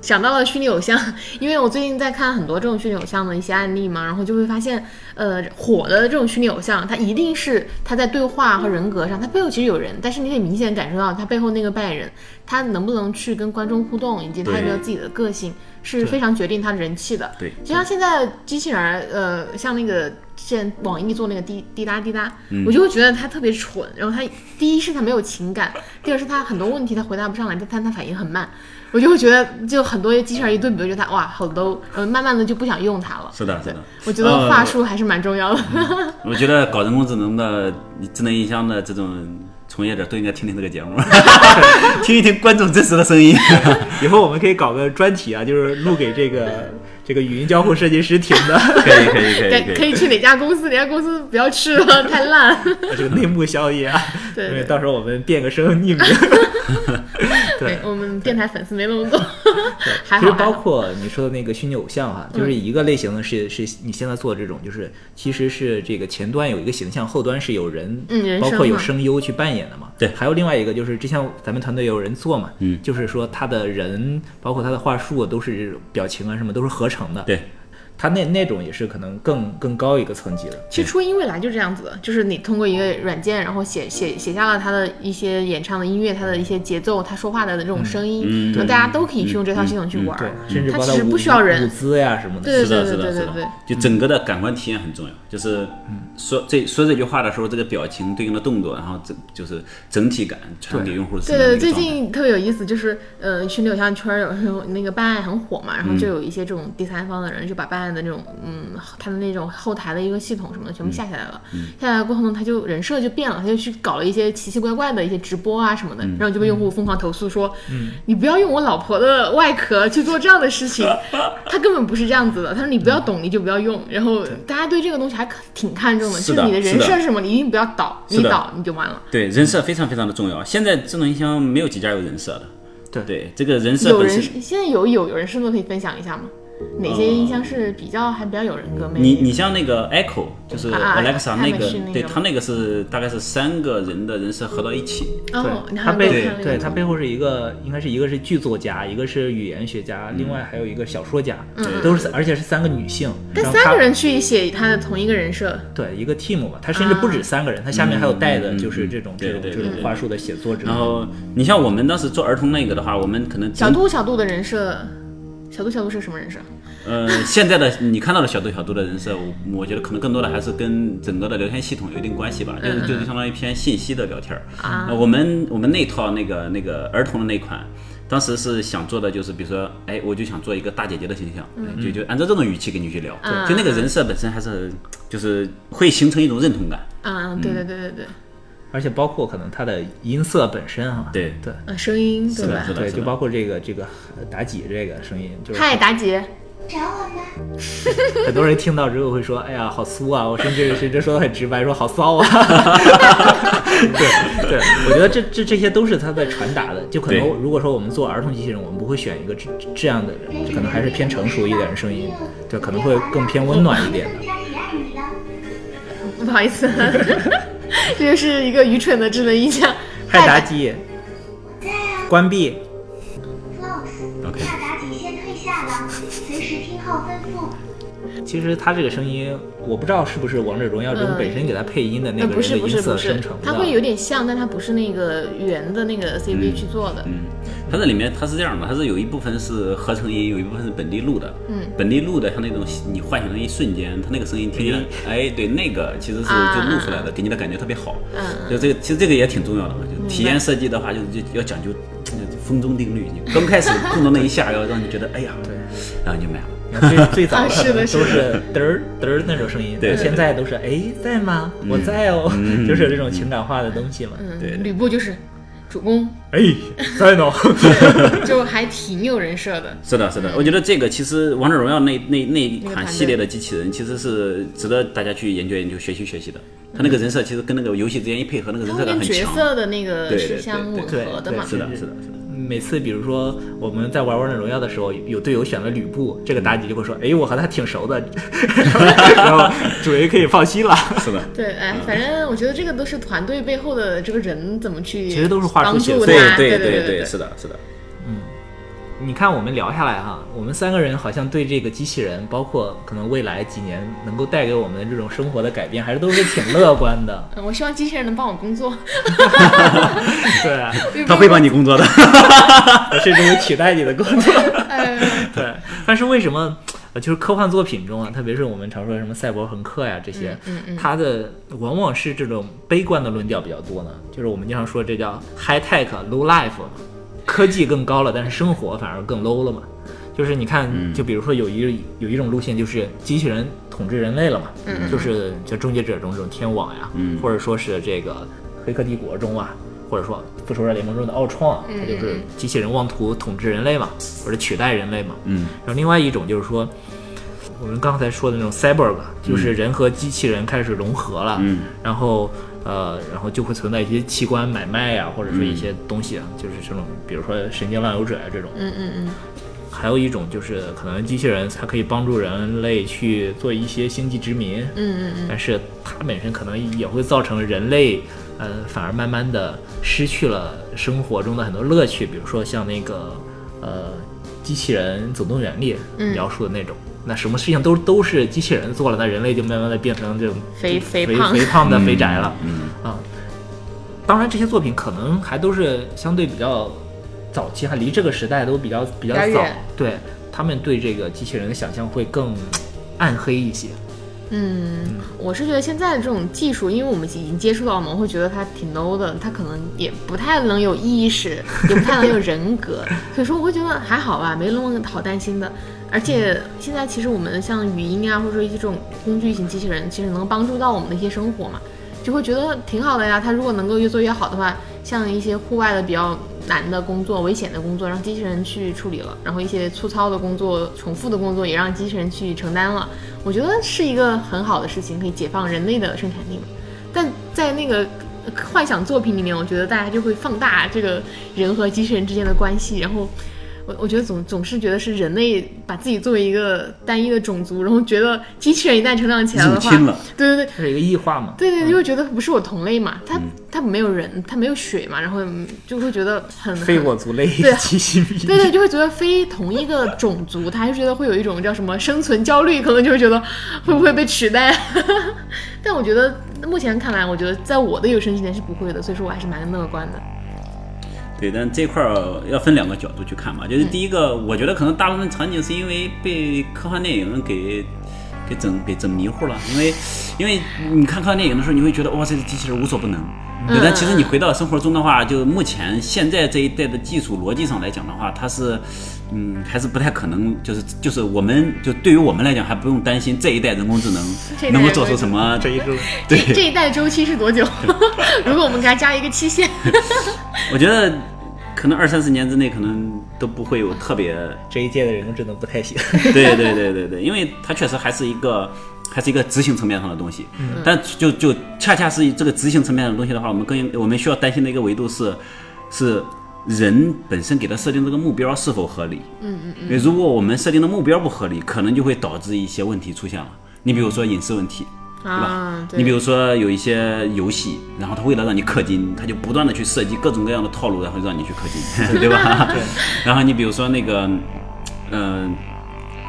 想到了虚拟偶像， <laughs> 因为我最近在看很多这种虚拟偶像的一些案例嘛，然后就会发现，呃，火的这种虚拟偶像，它一定是他在对话和人格上，他背后其实有人，但是你可以明显感受到他背后那个扮演人，他能不能去跟观众互动，以及他有没有
对
自己的个性，是非常决定他人气的。
对
就像现在机器人儿，呃，像那个之前网易做那个滴滴答滴答，
嗯
我就会觉得他特别蠢。然后他第一是他没有情感，第二是他很多问题他回答不上来，但但他反应很慢，我就会觉得就很多机器人一对比，我觉得他哇好 low，然后慢慢的就不想用它了。
是的，是呃嗯的。
我觉得话术还是蛮重要的。 <laughs>
呃我觉得搞人工智能的、智能音箱的这种从业者都应该听听这个节目， <laughs> 听一听观众真实的声音。
以后我们可以搞个专题啊，就是录给这个这个语音交互设计师听的 <laughs>
可以，可以，可
对，
以，
可以去哪家公司？哪家公司不要去了，太烂。 <laughs>
这个内幕消息啊。
对
因
对
为
对
到时候我们变个声匿名。对
没，我们电台粉丝没那么多，还
其实
好嗯还
包
好。
括你说的那个虚拟偶像哈、就是一个类型的是是你现在做的这种，就是其实是这个前端有一个形象，后端是有人，
嗯人
包
声
括有
嘛
声优去扮演的嘛。
对
还有另外一个就是之前咱们团队有人做嘛，
嗯
就是说他的人包括他的话术啊都是表情啊什么都是合成的，，
对，
他那那种也是可能更更高一个层级了。
其实初音未来就这样子的，就是你通过一个软件，然后写写写下了他的一些演唱的音乐，他的一些节奏，他说话的这种声音，
嗯
然后大家都可以去用这套系统去玩
对
儿。，
甚至
他
包
其
括
实不
舞
需要
舞
人
姿呀什么的。
对
是的，
对
是的，
对
是
对
的
对，嗯
就整个的感官体验很重要。就是说这说这句话的时候，这个表情对应的动作，然后整就是整体感传给用户是什
对
么样
对，
的一个
最
状态
近特别有意思，就是呃，虚拟偶像圈儿有时候那个办案很火嘛，然后就
嗯
有一些这种第三方的人就把办案的那种嗯，他的那种后台的一个系统什么的
嗯
全部下下来了。下下来过后呢，他就人设就变了，他就去搞了一些奇奇怪怪的一些直播啊什么的，
嗯
然后就被用户疯狂投诉说，你不要用我老婆的外壳去做这样的事
<laughs>
情，他根本不是这样子的。他说你不要
嗯
懂你就不要用，然后大家对这个东西还挺看重的，
是
就
的
你的人
是的
设是什么，你一定不要倒，
是
你
的
倒你就完了。
对人设非常非常的重要。现在智能音箱没有几家有人设的。
对
对，这个人设
有
本
人
身
现在有有有人设的可以分享一下吗？哪
呃
些音箱是比较还比较有人格魅
你
力的？
你像那个 Echo，就是
啊啊
Alexa
他们
那个
是那，
对
个吗
它那个是大概是三个人的人设合到一起，
哦，你
对，
还
他
没有
背
看那
对
个
他
吗？
背后是一个，应该是一个是剧作家，一个是语言学家，另
嗯
外还有一个小说家，都是而且是三个女性。
嗯但
然后
三
他
个人去写他的同一个人设，
对一个 team 吧，他甚至不
哦
止三个人，他下面还有带的
嗯
就是
嗯
这种
对
这种
对
这种
对
话术的写作者。
然后你像我们当时做儿童那个的话，我们可能
小
嗯
度小度的人设，小度小度是什么人设？
呃，现在的你看到的小度小度的人设，我我觉得可能更多的还是跟整个的聊天系统有一定关系吧，就是就是相当于偏信息的聊天儿。
啊
呃我们我们那套那个那个儿童的那款。当时是想做的就是，比如说，哎，我就想做一个大姐姐的形象，就就按照这种语气跟你去聊，
嗯
就那个人设本身还是，就是会形成一种认同感。
啊，
嗯
对对对对对，
而且包括可能它的音色本身哈、
对
对
呃，声音对
的
吧
是？的
对，就包括这个这个呃妲己这个声音，就是
嗨，妲己，
找我吗？
<laughs> 很多人听到之后会说，哎呀，好酥啊！我甚至甚至说的很直白，说好骚 <laughs> 啊。对对，我觉得这这这些都是他在传达的。就可能
对
如果说我们做儿童机器人，我们不会选一个这这样的人，就可能还是偏成熟一点的声音，对，可能会更偏温暖一点的。
家里爱你了。
不好意思， <laughs> 这就是一个愚蠢的智能音箱。
<laughs> 嗨，妲己，
啊
关闭。
Close，
OK
那妲己先退下了，随时听候吩咐。
其实他这个声音，我不知道是不是王者荣耀中
嗯
本身给他配音的那
呃，
个
不
人
是
的
不
音
是不
色
是
生成，嗯的。
它会有点像，但它不是那个圆的那个 CV 去做的。
嗯，它这里面它是这样的，它是有一部分是合成音，有一部分是本地录的。
嗯，
本地录的，它那种你幻想的一瞬间，它那个声音听起来，
嗯
哎，对，那个其实是
啊
就录出来的，给你的感觉特别好。
嗯，
就这个，其实这个也挺重要的嘛。就体验设计的话，就就要讲究就风中定律。你刚开始碰到那一下，要让你觉得哎呀，对，然后你就买了。
最最早
啊
可
是
能
的
都
是的
是嘚儿嘚儿那种声音，
对
但
对
现在都是哎在吗？我在哦，<laughs>
嗯
就是有这种情感化的东西嘛。
嗯
对
吕布就是主公，
哎，在呢。 <laughs>
就还挺有人设的。
是的，是的，我觉得这个其实《王者荣耀那》那那一
那个团
款
队
系列的机器人，其实是值得大家去研究研究、学习学习的。它那个人设其实跟那个游戏之间一配合，那个人
它
设
会
感
跟
很
角
强。
色的那个
对对
是
对
相吻
对
合的嘛
对？
是的，
其实
是的，是的。
每次比如说我们在玩王者荣耀的时候，有有队友选了吕布，这个妲己就会说：“哎，我和他挺熟的。” <laughs> 然后主人可以放心了。 <laughs>
是的，
对，哎，反正我觉得这个都是团队背后的这个人怎么去，
其实都是话术
帮
写
助
作
他，
对
对
对
对，。
是的，是的，
你看我们聊下来哈，我们三个人好像对这个机器人，包括可能未来几年能够带给我们的这种生活的改变，还是都是挺乐观的 <laughs>
嗯，我希望机器人能帮我工作，
对啊，
他会帮你工作的。
甚至会取代你的工作。
哎，
对，但是为什么呃就是科幻作品中啊，特别是我们常说什么赛博朋克呀这些，它的往往是这种悲观的论调比较多呢？就是我们经常说这叫 high tech low life，科技更高了，但是生活反而更 low 了嘛。就是你看，就比如说有一有一种路线，就是机器人统治人类了嘛，就是就《终结者》中这种天网呀，
嗯
或者说是这个《黑客帝国》中啊，或者说《复仇者联盟》中的奥创啊，它就是机器人妄图统治人类嘛，或者取代人类嘛。
嗯
然后另外一种就是说，我们刚才说的那种 cyborg，啊就是人和机器人开始融合了，
嗯，
然后呃，然后就会存在一些器官买卖呀、或者说一些东西啊，就是这种，比如说神经漫游者啊这种。
嗯嗯嗯，
还有一种就是可能机器人它可以帮助人类去做一些星际殖民，
嗯
但是它本身可能也会造成人类，呃，反而慢慢的失去了生活中的很多乐趣，比如说像那个呃《机器人总动员》里
嗯
描述的那种。那什么事情都都是机器人做了，那人类就慢慢的变成这种
肥
肥
肥胖
肥胖的肥宅了。
嗯，
啊、当然这些作品可能还都是相对比较早期，还离这个时代都比较比较
比较
早
远，
对他们对这个机器人的想象会更暗黑一些。
嗯，我是觉得现在这种技术，因为我们已经接触到，我们会觉得它挺 low 的，它可能也不太能有意识，也不太能有人格，所以说我会觉得还好吧，没那么好担心的。而且现在其实我们像语音啊，或者说一些这种工具型机器人，其实能帮助到我们的一些生活嘛，就会觉得挺好的呀。它如果能够越做越好的话，像一些户外的比较难的工作、危险的工作，让机器人去处理了；然后一些粗糙的工作、重复的工作，也让机器人去承担了。我觉得是一个很好的事情，可以解放人类的生产力嘛。但在那个呃幻想作品里面，我觉得大家就会放大这个人和机器人之间的关系，然后我我觉得总总是觉得是人类把自己作为一个单一的种族，然后觉得机器人一旦成长起来的
入
话，
侵了
对对对，
这是一个异化嘛？
对
嗯
对，就会觉得不是我同类嘛，它它没有人，它没有水嘛，然后就会觉得很
非
很
我族类，
对
其心必异。
对对，就会觉得非同一个种族，他就觉得会有一种叫什么生存焦虑，可能就会觉得会不会被取代。 <laughs> 但我觉得目前看来，我觉得在我的有生之年是不会的，所以说我还是蛮乐观的。
对，但这块儿要分两个角度去看吧。
嗯
就是第一个，我觉得可能大部分场景是因为被科幻电影给给整给整迷糊了，因为因为你看科幻电影的时候，你会觉得哇塞，这机器人无所不能。对，但
嗯
其实你回到生活中的话，就目前现在这一代的技术逻辑上来讲的话，它是，嗯，还是不太可能，就是就是我们就对于我们来讲，还不用担心这一代人工智
这一代
能能够做出什么
这一周
对
这这一代周期是多久？ <laughs> 如果我们给它加一个期
<laughs>
限，
我觉得可能二三十年之内，可能都不会有特 <laughs> 别。
这一届的人工智能不太行。
对对对对对，因为它确实还是一个。还是一个执行层面上的东西，但就就恰恰是这个执行层面上的东西的话，我们更我们需要担心的一个维度是，是人本身给他设定这个目标是否合理。嗯嗯嗯。因为如果我们设定的目标不合理，可能就会导致一些问题出现了。你比如说隐私问题，对吧？
啊对
你比如说有一些游戏，然后他为了让你氪金，他就不断的去设计各种各样的套路，然后让你去氪金，对吧？ <laughs> 然后你比如说那个，嗯、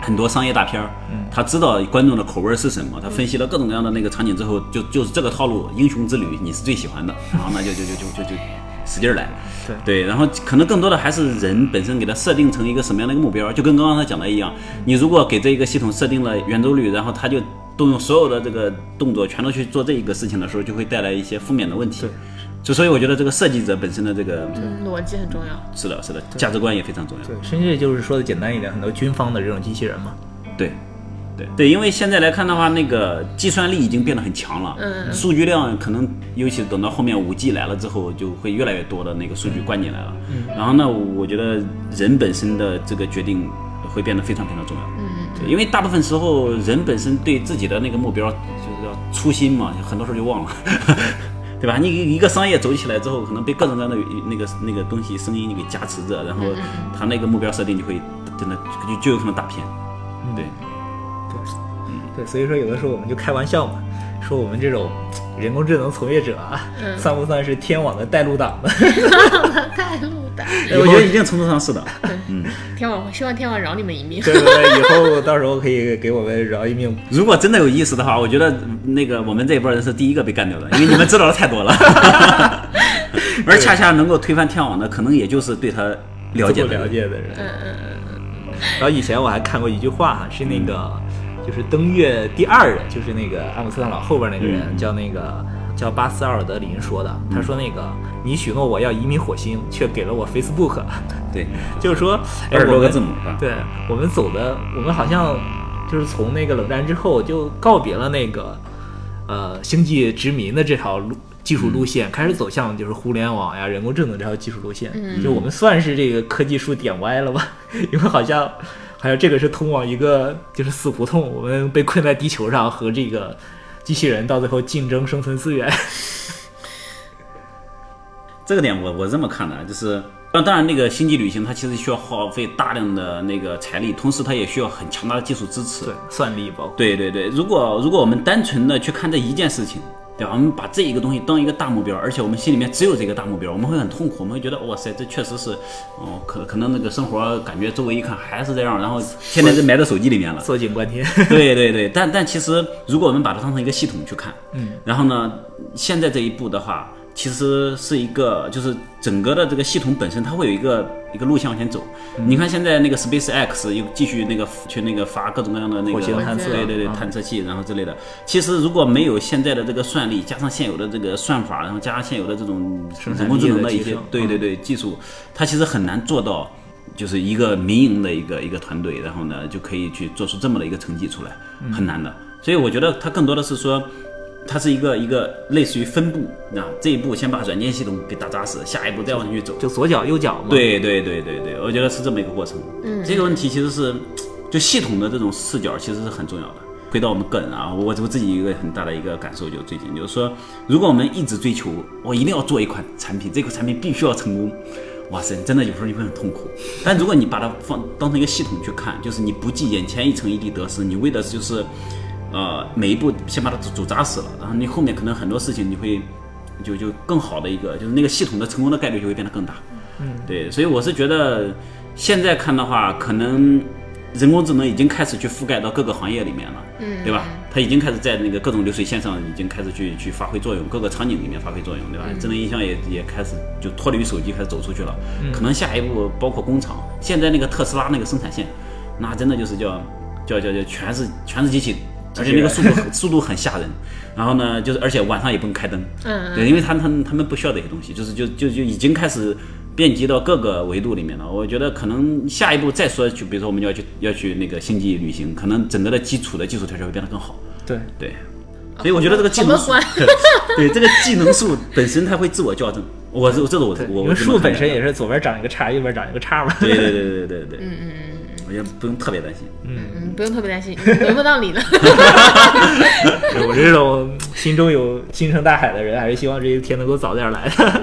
很多商业大片儿，他知道观众的口味是什么，他分析了各种各样的那个场景之后，就就是这个套路，英雄之旅你是最喜欢的，然后呢就就就就就就使劲儿来，
对
对，然后可能更多的还是人本身给它设定成一个什么样的一个目标，就跟刚刚他讲的一样，你如果给这一个系统设定了圆周率，然后它就动用所有的这个动作全都去做这一个事情的时候，就会带来一些负面的问题
对。
就所以我觉得这个设计者本身的这个
嗯逻辑很重要。 <laughs>
是的，是的，价值观也非常重
<laughs>
要。
对，甚至就是说的简单一点，很多军方的这种机器人嘛，
对，对对，因为现在来看的话，那个计算力已经变得很强了，
嗯
数据量可能，尤其等到后面五 G 来了之后，就会越来越多的那个数
嗯
据灌进来了。然后呢，我觉得人本身的这个决定会变得非常非常重要。
嗯，
对，因为大部分时候人本身对自己的那个目标就是要初心嘛，很多时候就忘了。 <laughs> 对吧？你一个商业走起来之后，可能被各种各样的那个那个东西声音给加持着，然
嗯
后他那个目标设定就会真的就就有可能打偏。
嗯
对，
对，所以说有的时候我们就开玩笑嘛，说我们这种人工智能从业者啊，算不算是天网的带路党呢？
太路大，
对
我
我
觉
觉
得
得
一定程度上是的。
天网希望天网饶你们一命。
对对对，以后 <laughs> 到时候可以给我们饶一命。
如果真的有意思的话，我觉得那个我们这一波人是第一个被干掉的，因为你们知道的太多了。 <laughs> 而恰恰能够推翻天网的，可能也就是对他了解
不
的
了
人。
解的人。
嗯
然后以前我还看过一句话哈，是那个就是登月第二人，就是那个阿姆斯特朗后边那个人，
嗯
叫那个叫巴斯奥尔德林说的。他说那个你许诺我要移民火星，却给了我 Facebook，
对，
就是说哎
二十多
我
个
们
字母是吧
对我们走的，我们好像就是从那个冷战之后就告别了那个呃星际殖民的这条路。技术
嗯
路线开始走向就是互联网呀、人工智能这条技术路线，
嗯
就我们算是这个科技树点歪了吧？ <laughs> 因为好像好像这个是通往一个就是死胡同，我们被困在地球上和这个机器人到最后竞争生存资源。 <laughs>
这个点我我这么看的，就是当当然那个星际旅行它其实需要耗费大量的那个财力，同时它也需要很强大的技术支持。
对，算力包括
对对对，如果如果我们单纯的去看这一件事情，对吧？我们把这一个东西当一个大目标，而且我们心里面只有这个大目标，我们会很痛苦，我们会觉得哇塞，这确实是，哦，可可能那个生活感觉周围一看还是这样，然后天天就埋在手机里面了。
坐井观天。 <laughs>
对对对，但但其实如果我们把它当成一个系统去看，嗯，然后呢，现在这一步的话，其实是一个就是整个的这个系统本身，它会有一个一个路线往前走。
嗯
你看现在那个 SpaceX 又继续那个去那个发各种各样的那个
火星探测
对对对，
嗯
探测器，然后之类的。其实如果没有现在的这个算力，加上现有的这个算法，然后加上现有的这种
生产
人工智
力的
能的一
提
些
升，嗯
对对对，技术，它其实很难做到，就是一个民营的一个一个团队，然后呢就可以去做出这么的一个成绩出来，
嗯
很难的。所以我觉得它更多的是说，它是一个一个类似于分布啊，这一步先把软件系统给打扎实，下一步再往前去走。
就左脚右脚嘛。，
对对对对对，我觉得是这么一个过程。嗯，这个问题其实是就系统的这种视角其实是很重要的。回到我们个人啊，我我自己一个很大的一个感受，就最近就是说，如果我们一直追求我一定要做一款产品，这款产品必须要成功，哇塞，你真的有时候你会很痛苦。但如果你把它放当成一个系统去看，就是你不计眼前一层一地得失，你为的就是，呃，每一步先把它走走扎实了，然后你后面可能很多事情你会就就更好的一个，就是那个系统的成功的概率就会变得更大。嗯，对，所以我是觉得现在看的话，可能人工智能已经开始去覆盖到各个行业里面了，嗯，对吧？它已经开始在那个各种流水线上已经开始去去发挥作用，各个场景里面发挥作用，对吧？智能音箱也也开始就脱离手机开始走出去了，可能下一步包括工厂，现在那个特斯拉那个生产线，那真的就是叫叫叫叫全是全是机器。而且那个速度 <laughs> 很速度很吓人，然后呢，就是而且晚上也不用开灯，
嗯
对，因为他们他们他们不需要这些东西，就是就就就已经开始遍及到各个维度里面了。我觉得可能下一步再说去，比如说我们要去要去那个星际旅行，可能整个的基础的技术条件会变得更好。
对，
对，所以我觉得这个技能
好
树
乐，
<laughs> 对这个技能树本身它会自我校正。我这这是我我
因
我
为
这
树
么看
本
的
身也是左边长一个叉，右边长一个叉嘛。
对对对对对对，嗯嗯嗯，我觉得不用特别担心。
嗯，不用特别担心，闻不到你了。
<laughs> 我这种心中有星辰大海的人，还是希望这一天能够早点来的。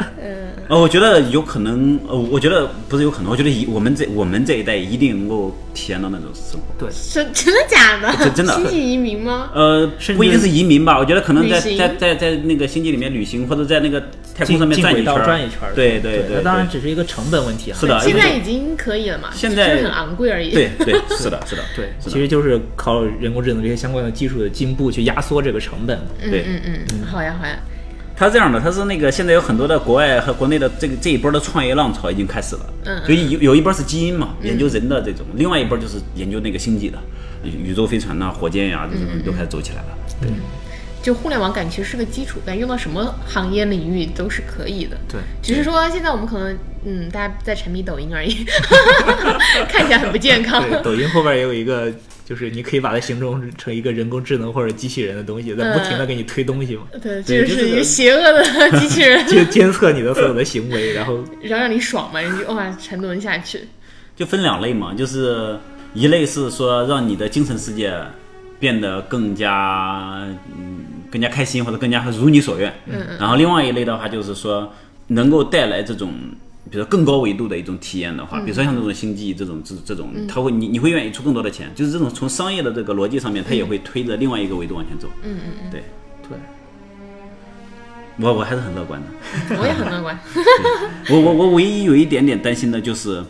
呃，我觉得有可能，呃，我觉得不是有可能，我觉得一我们这我们这一代一定能够体验到那种生活。
对，
真真的假的？
<laughs> 真真的
星际移民吗？
呃
甚，
不一定
至
是移民吧？我觉得可能在
旅行
在在在那个星际里面旅行，或者在那个太空上面
进
转
轨
一圈
道
儿，
转一圈儿。
对
对
对对，
那当然
对
只是一个成本问题啊。
是的，
现在
因为
已经可以了嘛？
现在
就是很昂贵而已。
对对是的是的，
对，
是
其
的
实就是靠人工智能这些相关的技术的进步去压缩这个成本。
嗯，
对
嗯嗯嗯，好呀好呀。
它是这样的，它是那个现在有很多的国外和国内的这个这一波的创业浪潮已经开始了，
嗯
就有有一波是基因嘛，研究人的这种，另外一波就是研究那个星际的，宇宇宙飞船呐、火箭呀、这
嗯
种都开始走起来了。
就互联网感其实是个基础，但用到什么行业领域都是可以的。
对，
只是说现在我们可能，嗯，大家在沉迷抖音而
<laughs>
已，看起来很不健康。
对，抖音后边也有一个，就是你可以把它形容成一个人工智能或者机器人的东西，在不停的给你推东西嘛，
<laughs> 对，
对
这
就是
一
是
个邪恶
<laughs>
的机器人，
监监测你的所有的行为，然后
然后让你爽嘛，你就哇沉沦下去。
就分两类嘛，就是一类是说让你的精神世界变得更加嗯更加开心或者更加如你所愿，嗯，然后另外一类的话就是说能够带来这种。比如说更高维度的一种体验的话，比如说像这种星际这种这这种，它会你你会愿意出更多的钱，就是这种从商业的这个逻辑上面，它也会推着另外一个维度往前走。嗯嗯嗯，对
对，
我我还是很乐观的。
我也很乐观。 <laughs>
我我我唯一有一点点担心的就是，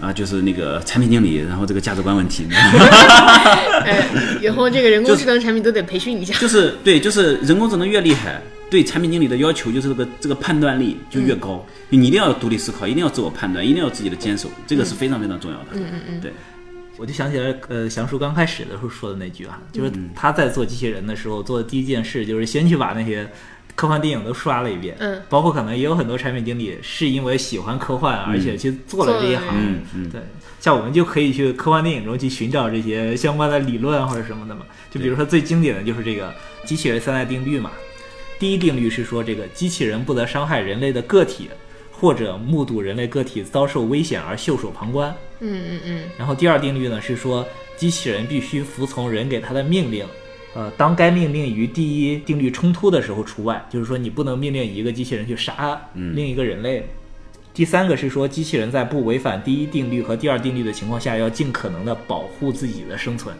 啊、就是那个产品经理，然后这个价值观问题，
哎，以后这个人工智能产品都得培训一下。
<laughs> 就是对，就是人工智能越厉害，对产品经理的要求就是这个这个判断力就越高，就你一定要有独立思考，一定要自我判断，一定要有自己的坚守，这个是非常非常重要的。嗯嗯嗯，对，
我就想起来，呃，祥叔刚开始的时候说的那句啊，就是他在做机器人的时候做的第一件事，就是先去把那些科幻电影都刷了一遍，
嗯
包括可能也有很多产品经理是因为喜欢科幻，而且去做了这一行，
做了
嗯嗯
对，像我们就可以去科幻电影中去寻找这些相关的理论或者什么的嘛，就比如说最经典的就是这个机器人三大定律嘛，第一定律是说这个机器人不得伤害人类的个体。或者目睹人类个体遭受危险而袖手旁观，
嗯嗯嗯，
然后第二定律呢是说，机器人必须服从人给它的命令，呃，当该命令与第一定律冲突的时候除外，就是说你不能命令一个机器人去杀另一个人类。第三个是说，机器人在不违反第一定律和第二定律的情况下，要尽可能的保护自己的生存，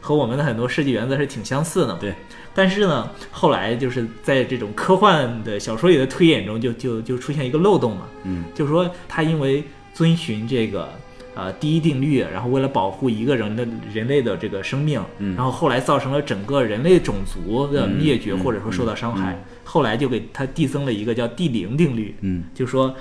和我们的很多设计原则是挺相似的嘛。
对，
但是呢，后来就是在这种科幻的小说里的推演中就，就就出现一个漏洞嘛。
嗯，
就是说他因为遵循这个呃第一定律，然后为了保护一个人的人类的这个生命，
嗯
然后后来造成了整个人类种族的灭绝、
嗯嗯
或者说受到伤害，
嗯
后来就给他递增了一个叫第零定律，
嗯
就说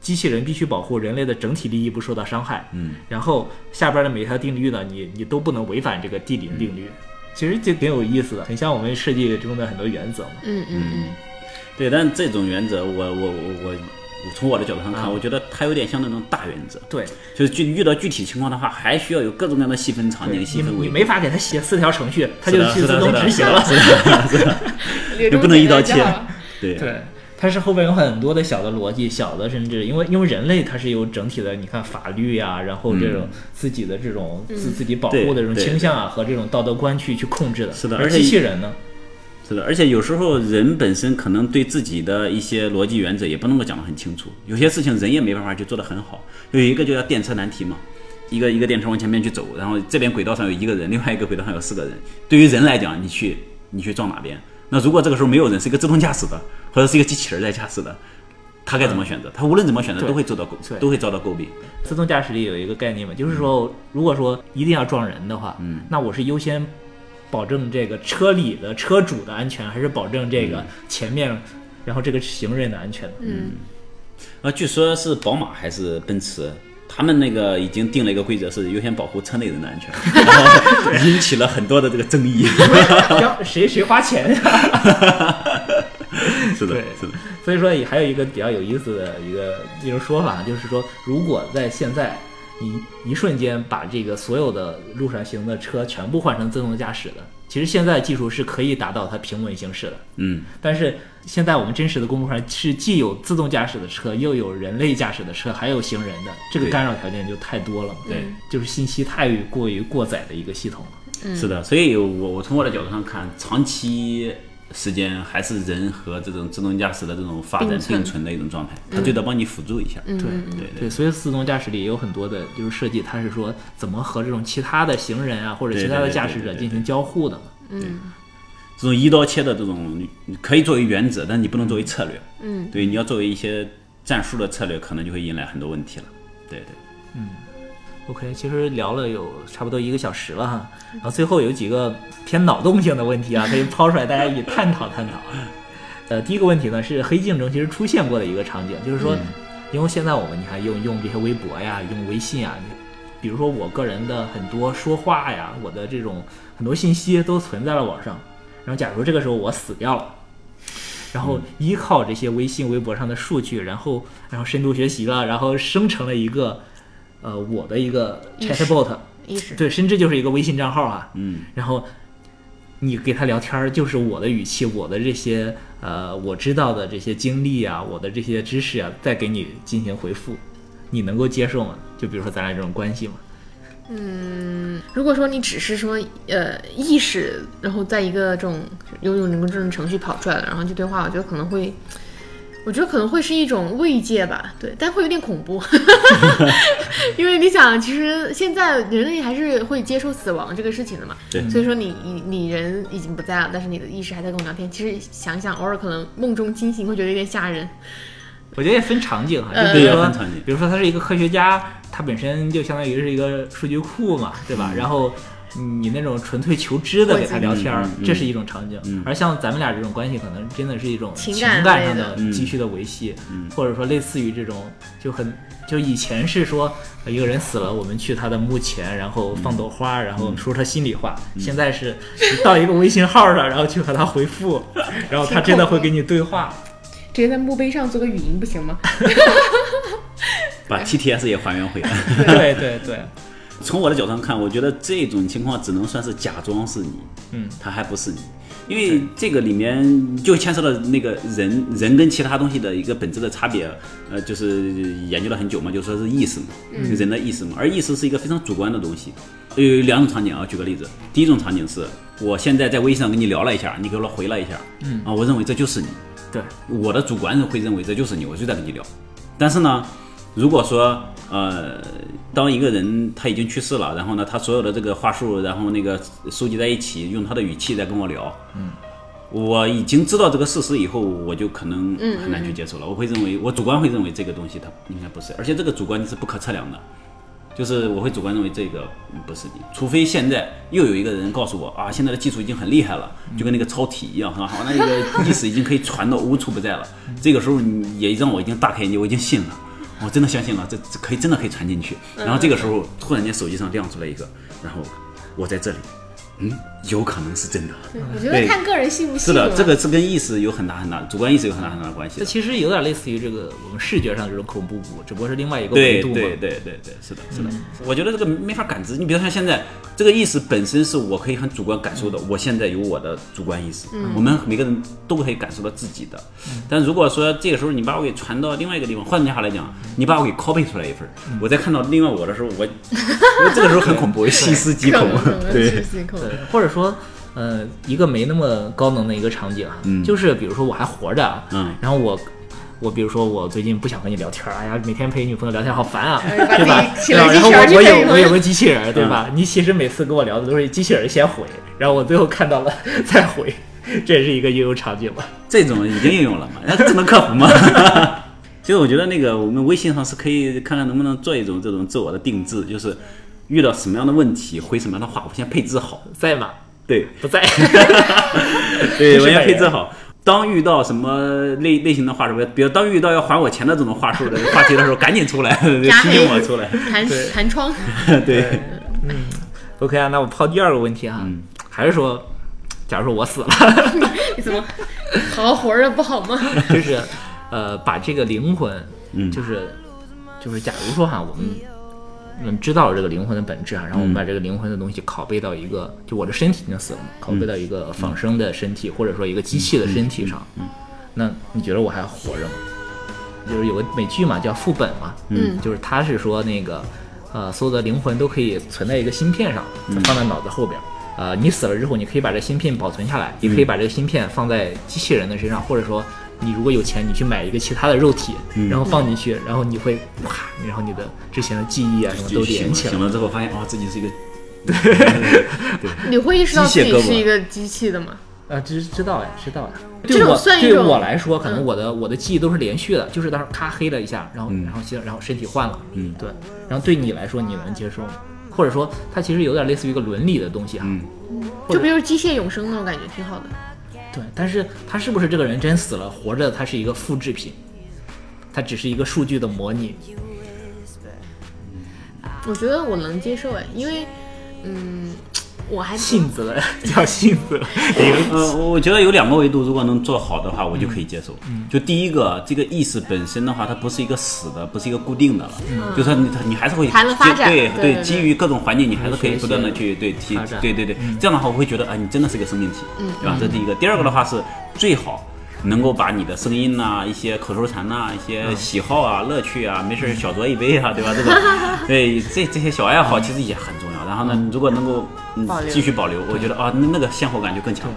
机器人必须保护人类的整体利益不受到伤害。
嗯，
然后下边的每一条定律呢，你你都不能违反这个第零定律。
嗯
其实就挺有意思的，很像我们设计中的很多原则嘛。
嗯嗯嗯，
对，但这种原则，我我我我我从我的角度上看，我觉得它有点像那种大原则，
对，
就是具遇到具体情况的话，还需要有各种各样的细分场景、
你
细分维
你
度。
没法给他写四条程序，他
是
就
的
去
是的
自动
是的
执行了。<laughs>
是的，是的，
流
就
程
不能一
简单
刀
就
切
好了。
对
对，它是后边有很多的小的逻辑，小的甚至因为因为人类它是有整体的，你看法律呀、然后这种自己的这种自、自己保护的这种
嗯对对
倾向啊和这种道德观去去控制的。
是的
而
而且
机器人呢，
是的，而且有时候人本身可能对自己的一些逻辑原则也不能够讲得很清楚，有些事情人也没办法去做得很好。有一个就叫电车难题嘛，一个一个电车往前面去走，然后这边轨道上有一个人，另外一个轨道上有四个人。对于人来讲，你去你去撞哪边？那如果这个时候没有人，是一个自动驾驶的，或者是一个机器人在驾驶的，他该怎么选择？他无论怎么选择，
对
都会遭到
对
都会遭到诟病。
自动驾驶里有一个概念嘛，就是
嗯
说，如果说一定要撞人的话，嗯，那我是优先保证这个车里的车主的安全，还是保证这
嗯
个前面，然后这个行人的安全呢？
嗯，
啊，据说是宝马还是奔驰，他们那个已经定了一个规则，是优先保护车内人的
<laughs>
安全，然后引起了很多的这个争议。
<laughs> 要谁谁花钱呀、
<laughs> 是的
对，
是的，
所以说，也还有一个比较有意思的一个一种说法，就是说，如果在现在你一瞬间把这个所有的路上行的车全部换成自动驾驶的，其实现在技术是可以达到它平稳行驶的。
嗯，
但是现在我们真实的公路上是既有自动驾驶的车，又有人类驾驶的车，还有行人的，这个
对
干扰条件就太多了。
对，
就是信息太过于过载的一个系统了。
嗯
是的。所以我我从我的角度上看，长期时间还是人和这种自动驾驶的这种发展
并存嗯
并存的一种状态，它最多帮你辅助一下。
对
对对
对，所以自动驾驶里也有很多的，就是设计，它是说怎么和这种其他的行人啊，或者
对
其他的
对对
驾驶者
对对
进行交互的嘛。
这种一刀切的这种，你可以作为原则，但你不能作为策略。
嗯，
对，你要作为一些战术的策略，可能就会引来很多问题了。对对。
OK，其实聊了有差不多一个小时了哈，然后最后有几个偏脑洞性的问题啊，可以抛出来大家一起探讨探讨。呃，第一个问题呢是《黑镜》中其实出现过的一个场景，就是
嗯
说，因为现在我们你看用用这些微博呀，用微信啊，你比如说我个人的很多说话呀，我的这种很多信息都存在了网上，然后假如这个时候我死掉了。然
嗯
后依靠这些微信、微博上的数据，然后然后深度学习了，然后生成了一个呃我的一个
意识
chatbot，
意识，
对，甚至就是一个微信账号啊。
嗯，
然后你给他聊天儿，就是我的语气，我的这些呃我知道的这些经历啊，我的这些知识啊，再给你进行回复，你能够接受吗？就比如说咱俩这种关系嘛，
如果说你只是说呃意识，然后在一个这种有有这种程序跑出来了，然后去对话，我觉得可能会，我觉得可能会是一种慰藉吧，对，但会有点恐怖， <laughs> 因为你想，其实现在人类还是会接受死亡这个事情的嘛，
对
所以说你你你人已经不在了，但是你的意识还在跟我聊天，其实想想偶尔可能梦中惊醒会觉得有点吓人，
我觉得也分场景哈，
呃
就比如
对
说
要分场景，
比如说他是一个科学家，他本身就相当于是一个数据库
嗯
嘛，对吧？然后你那种纯粹求知的给他聊天儿
嗯嗯，嗯
这是一种场景。而像咱们俩这种关系，可能真的是一种
情
情
感
感
类
上
的
的
嗯
急需的维系，或者说类似于这种就很。就以前是说呃一个人死了，我们去他的墓前，然后放朵花，然后说他心里话。
嗯
现在是你到一个微信号上，然后去和他回
<laughs>
复，然后他真的会跟你对话。
直接在墓碑上做个语音不行吗？
把 TTS 也还原回来。
对对对，
从我的角度上看，我觉得这种情况只能算是假装是你，
嗯，
他还不是你，因为这个里面就牵涉到那个人人跟其他东西的一个本质的差别，呃，就是研究了很久嘛，就说是意识嘛，就人的意识嘛，而意识是一个非常主观的东西。有两种场景啊，举个例子，第一种场景是我现在在微信上跟你聊了一下，你给我回了一下，嗯啊，我认为这就是你，
对，
我的主观会认为这就是你，我就在跟你聊。但是呢，如果说呃，当一个人他已经去世了，然后呢，他所有的这个话术，然后那个收集在一起，用他的语气在跟我聊，嗯，我已经知道这个事实以后，我就可能很难去接受了。我会认为，我主观会认为这个东西它应该不是，而且这个主观是不可测量的。就是我会主观认为这个嗯不是你，除非现在又有一个人告诉我啊，现在的技术已经很厉害了，就跟那个超体一样，是吧？好，那个意识已经可以传到无处不在了。这个时候你也让我已经大开眼界，我已经信了，我真的相信了，这这可以真的可以传进去。然后这个时候突然间手机上亮出来一个，然后我在这里，嗯，有可能是真的。
我觉
对
得看个人信不
是
信了
的，这个是跟意识有很大很大，主观意识有很大很大的关系
这
的。
其实有点类似于这个我们视觉上这种恐怖谷，只不过是另外一个维
对
度嘛。嗯
对对对对，是的，是的。我觉得这个没法感知。你比如像现在，这个意识本身是我可以很主观感受
嗯
的。我现在有我的主观意识，我们每个人都可以感受到自己的。
嗯
但如果说这个时候你把我给传到另外一个地方，换句话来讲，
嗯
你把我给 copy 出来一份儿，我在看到另外 <laughs> 我的时候，我我这个时候很恐怖，细思极恐
可能。
<laughs> 对，
信口。
对，或者说呃，一个没那么高能的一个场景啊，就是比如说我还活着啊，
嗯
然后我。我比如说，我最近不想和你聊天儿，哎呀，每天陪女朋友聊天好烦啊，
哎把
对吧
自己？起
对
来
吧？然
机器
后
人儿去
我我
陪
有
你
我有个机器人儿，对吧？
嗯
你其实每次跟我聊的都是机器人儿先回，然后我最后看到了再回，这也是一个应用场景吧？
这种已经应用了嘛？那这能克服吗？ <laughs> 就是我觉得那个我们微信上是可以看看能不能做一种这种自我的定制，就是遇到什么样的问题回什么样的话，我先配置好。
在吗？
对
不在。 <laughs>
嗯对，
是
我先
本
配
人
置好。当遇到什么类类型的话术，比如当遇到要还我钱的这种话术的话题的时候，赶紧出来，提
加黑
醒我出来。
弹
对
弹窗，
对，
OK 啊，那我抛第二个问题啊，
嗯
还是说，假如说我死了，
你怎么好好活着不好吗？
就是，呃，把这个灵魂，
嗯
就是，就是，假如说哈，我们，嗯，知道了这个灵魂的本质啊，然后我们把这个灵魂的东西拷贝到一个，就我的身体已经死了嘛，拷贝到一个仿生的身体，或者说一个机器的身体上，那你觉得我还活着吗？就是有个美剧嘛，叫《副本》嘛，
嗯
就是他是说那个，呃，所有的灵魂都可以存在一个芯片上，放在脑子后边儿。呃，你死了之后，你可以把这芯片保存下来，也可以把这个芯片放在机器人的身上，或者说你如果有钱，你去买一个其他的肉体，然后放进去，然后你会哇，然后你的之前的记忆啊什么都
就醒
连
了
起来
醒。了之后发现哦，自己是一个
<laughs> 你会意识到自
机械
己
胳膊
是一个机器的吗？
啊，知知道呀，知道呀。
这
对
种
我
算一
对
种
我来说，可能
嗯
我的、我的记忆都是连续的，就是当时咔黑了一下，然后、然后心然后身体换了，
嗯
对。然后对你来说，你能接受吗？或者说，它其实有点类似于一个伦理的东西啊。
嗯
或
就
者
比如机械永生那种感觉挺好的。
对，但是他是不是这个人真死了，活着他是一个复制品，他只是一个数据的模拟。
我觉得我能接受哎，因为嗯，我还
信子了， <laughs> 叫信子了，一个 <laughs>
呃，我觉得有两个维度，如果能做好的话，我就可以接受。
嗯
就第一个，这个意识本身的话，它不是一个死的，不是一个固定的了，
嗯
就是说你它你还是会
谈了发展
对
对对对
基于各种环境，你还是可以
学习
不断的去对提
发展，嗯
对对对，这样的话我会觉得啊，你真的是个生命体，
嗯
对吧？这是第一个。第二个的话是最好。能够把你的声音呐、一些口头禅呐、一些喜好啊、乐趣啊，没事儿小酌一杯
<laughs>
啊，对吧？这种，对这这些小爱好其实也很重要。然后呢，如果能够嗯
保留
继续保留，我觉得啊，那那个鲜活感就更强。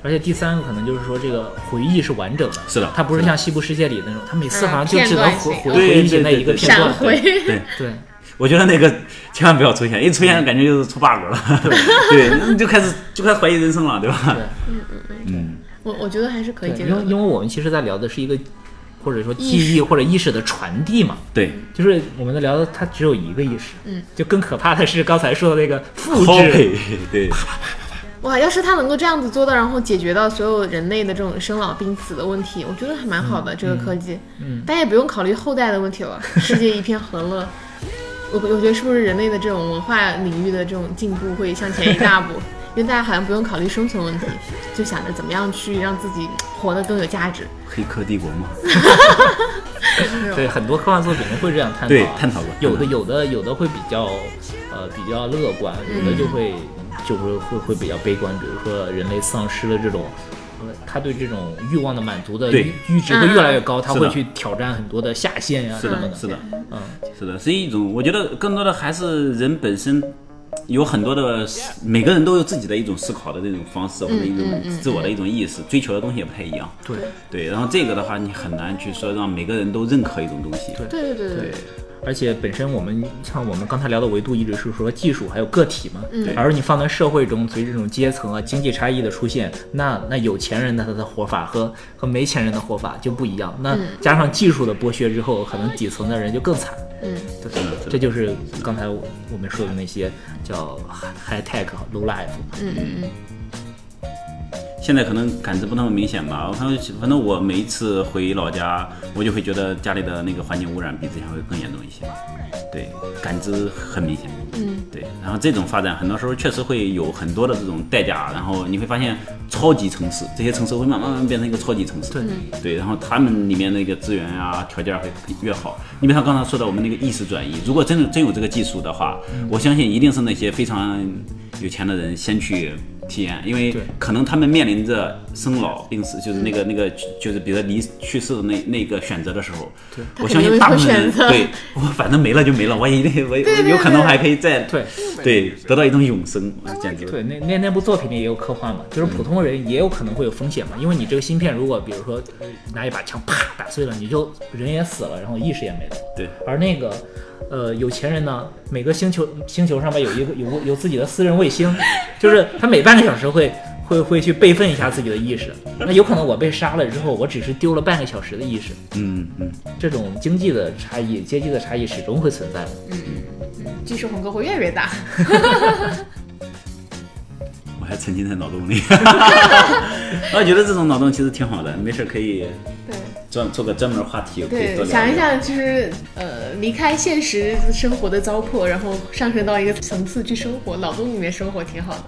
而且第三个可能就是说，这个回忆是完整的，
是的
它不是
是的
像《西部世界》里那种，它每次
嗯
好像就只能
片段
回
性
回
对
回忆起
对
那
对
一个
对
片段
闪。回
<laughs> 对，
对，
我觉得那个千万不要出现，一出现感觉就是出 bug 了， <laughs> 对，那你就开始就开始怀疑人生了，对吧？
<laughs> 我我觉得还是可以
对，
接
因
受
为
的。
因为我们其实在聊的是一个，或者说
意
记忆或者意识的传递嘛，
<laughs> 对，
就是我们在聊的它只有一个意识，
嗯，
就更可怕的是刚才说的那个复
拷
制，
贝， <laughs> 对，
哇，要是他能够这样子做到，然后解决到所有人类的这种生老病死的问题，我觉得还蛮好的。这个科技，
嗯
大家也不用考虑后代的问题了，世界一片和乐。我我觉得是不是人类的这种文化领域的这种进步会向前一大步？ <laughs> 因为大家好像不用考虑生存问题，就想着怎么样去让自己活得更有价值。
黑客帝国
<laughs>
嘛，
对，很多科幻作品会这样探讨啊，
对探讨过
有的
探讨
有的有的会比较呃比较乐观，有的就会、就会会会比较悲观，比如说人类丧失了这种。呃他对这种欲望的满足的
对嗯
阈阈值会越来越高，他
是
会
的
去挑战很多的下限呀、什
是
么
的，是的，
嗯，
是的，是一种，我觉得更多的还是人本身有很多的，每个人都有自己的一种思考的这种方式，或者一
嗯嗯
种自我的一种意识，追求的东西也不太一样，
对
对，然后这个的话，你很难去说让每个人都认可一种东西，
对
对对对对，
而且本身我们像我们刚才聊的维度，一直是说技术还有个体嘛，
嗯
而你放在社会中，随着这种阶层啊、经济差异的出现，那那有钱人的他的活法和和没钱人的活法就不一样。那加上技术的剥削之后，可能底层的人就更惨。
嗯，
是的，是的
这就是刚才我我们说的那些叫 high tech low life 嘛。
嗯嗯嗯，
现在可能感知不那么明显吧。反正反正我每一次回老家，我就会觉得家里的那个环境污染比之前会更严重一些。对，感知很明显。
嗯，
对。然后这种发展，很多时候确实会有很多的这种代价。然后你会发现，超级城市这些城市会慢慢慢慢变成一个超级城市。
嗯
对
对，然后他们里面那个资源啊、条件会越好。你比如像刚才说的，我们那个意识转移，如果
嗯
真的真有这个技术的话，我相信一定是那些非常有钱的人先去体验，因为
对
可能他们面临着生老病死，就是那个那个就是比如说离去世的那那个选择的时候，我
他肯
相
定
信
会
大部分
选
人
择
对 <laughs> 我反正没了就没了，我
<laughs>
一定我
对对
有可能还可以再
对
对得到一种永生，啊哇简直
对，那那那部作品里也有刻画嘛，就是普通人也有可能会有风险嘛，因为你这个芯片如果比如说拿一把枪啪打碎了，你就人也死了，然后意识也没了。
对
而那个呃有钱人呢，每个星球星球上面有一个有个有自己的私人卫星，就是他每半个小时会会会去备份一下自己的意识。那有可能我被杀了之后，我只是丢了半个小时的意识。
嗯嗯，
这种经济的差异、阶级的差异始终会存在的。
技术鸿沟会越来越大。
我还沉浸在脑洞里， <laughs> 我觉得这种脑洞其实挺好的，没事可以
对。
专做个专门话题，可以
对，
多聊
想一想，就是呃，离开现实生活的糟粕，然后上升到一个层次去生活，脑洞里面生活挺好的，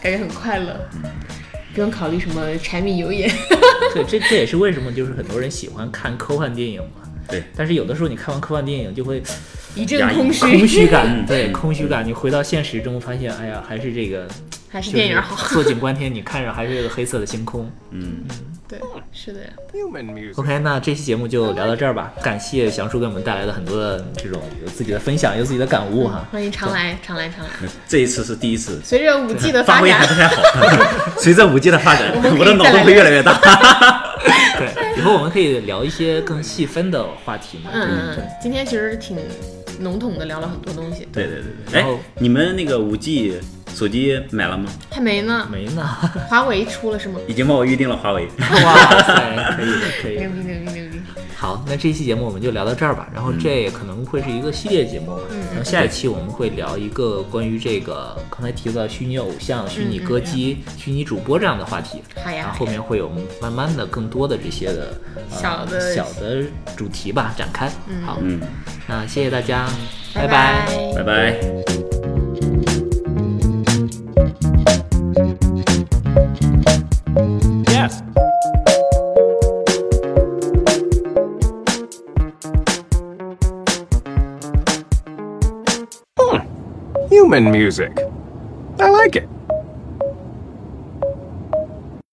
感觉很快乐，不用考虑什么柴米油盐。
对，这这也是为什么就是很多人喜欢看科幻电影嘛。
对，
但是有的时候你看完科幻电影就会
一阵
压抑
空虚，
<laughs> 空虚感，
嗯
对
嗯
空虚感，你回到现实中发现，哎呀，还是这个
<laughs> 还是
就是
电影好。
坐井观天，你看着还是这个黑色的星空。
嗯，
对，是的呀。
Human music.
OK，那这期节目就聊到这儿吧，感谢祥叔给我们带来的很多的这种有自己的分享，有自己的感悟哈。
欢迎常来，常来，常来。
这一次是第一次
随着五 G 的
啊发
发
挥还不
展，
太好。
<laughs>
随着五 G 的发展
我们可，以
我的脑洞会越来
<laughs>
越大。
对，以后我们可以聊一些更细分的话题嘛。
嗯嗯，嗯今天其实挺笼统的聊了很多东西，
对对对对，
然
哎
后，
你们那个五 G 手机买了吗？
还没呢。
没呢，
华为出了是吗？
已经帮我预定了华为。
哇塞， <laughs> 可以可以
牛。逼牛逼牛逼！
好，那这一期节目我们就聊到这儿吧。然后这也可能会是一个系列节目嘛。
嗯
然后下一期我们会聊一个关于这个刚才提到的虚拟偶像、虚拟歌姬、虚拟主播这样的话题。
嗯好呀
然后后面会有慢慢的更多的这些的、呃、
小的
小的主题吧展开。
嗯
好，
嗯，
那谢谢大家，拜
拜
拜拜。
Yes. Human music.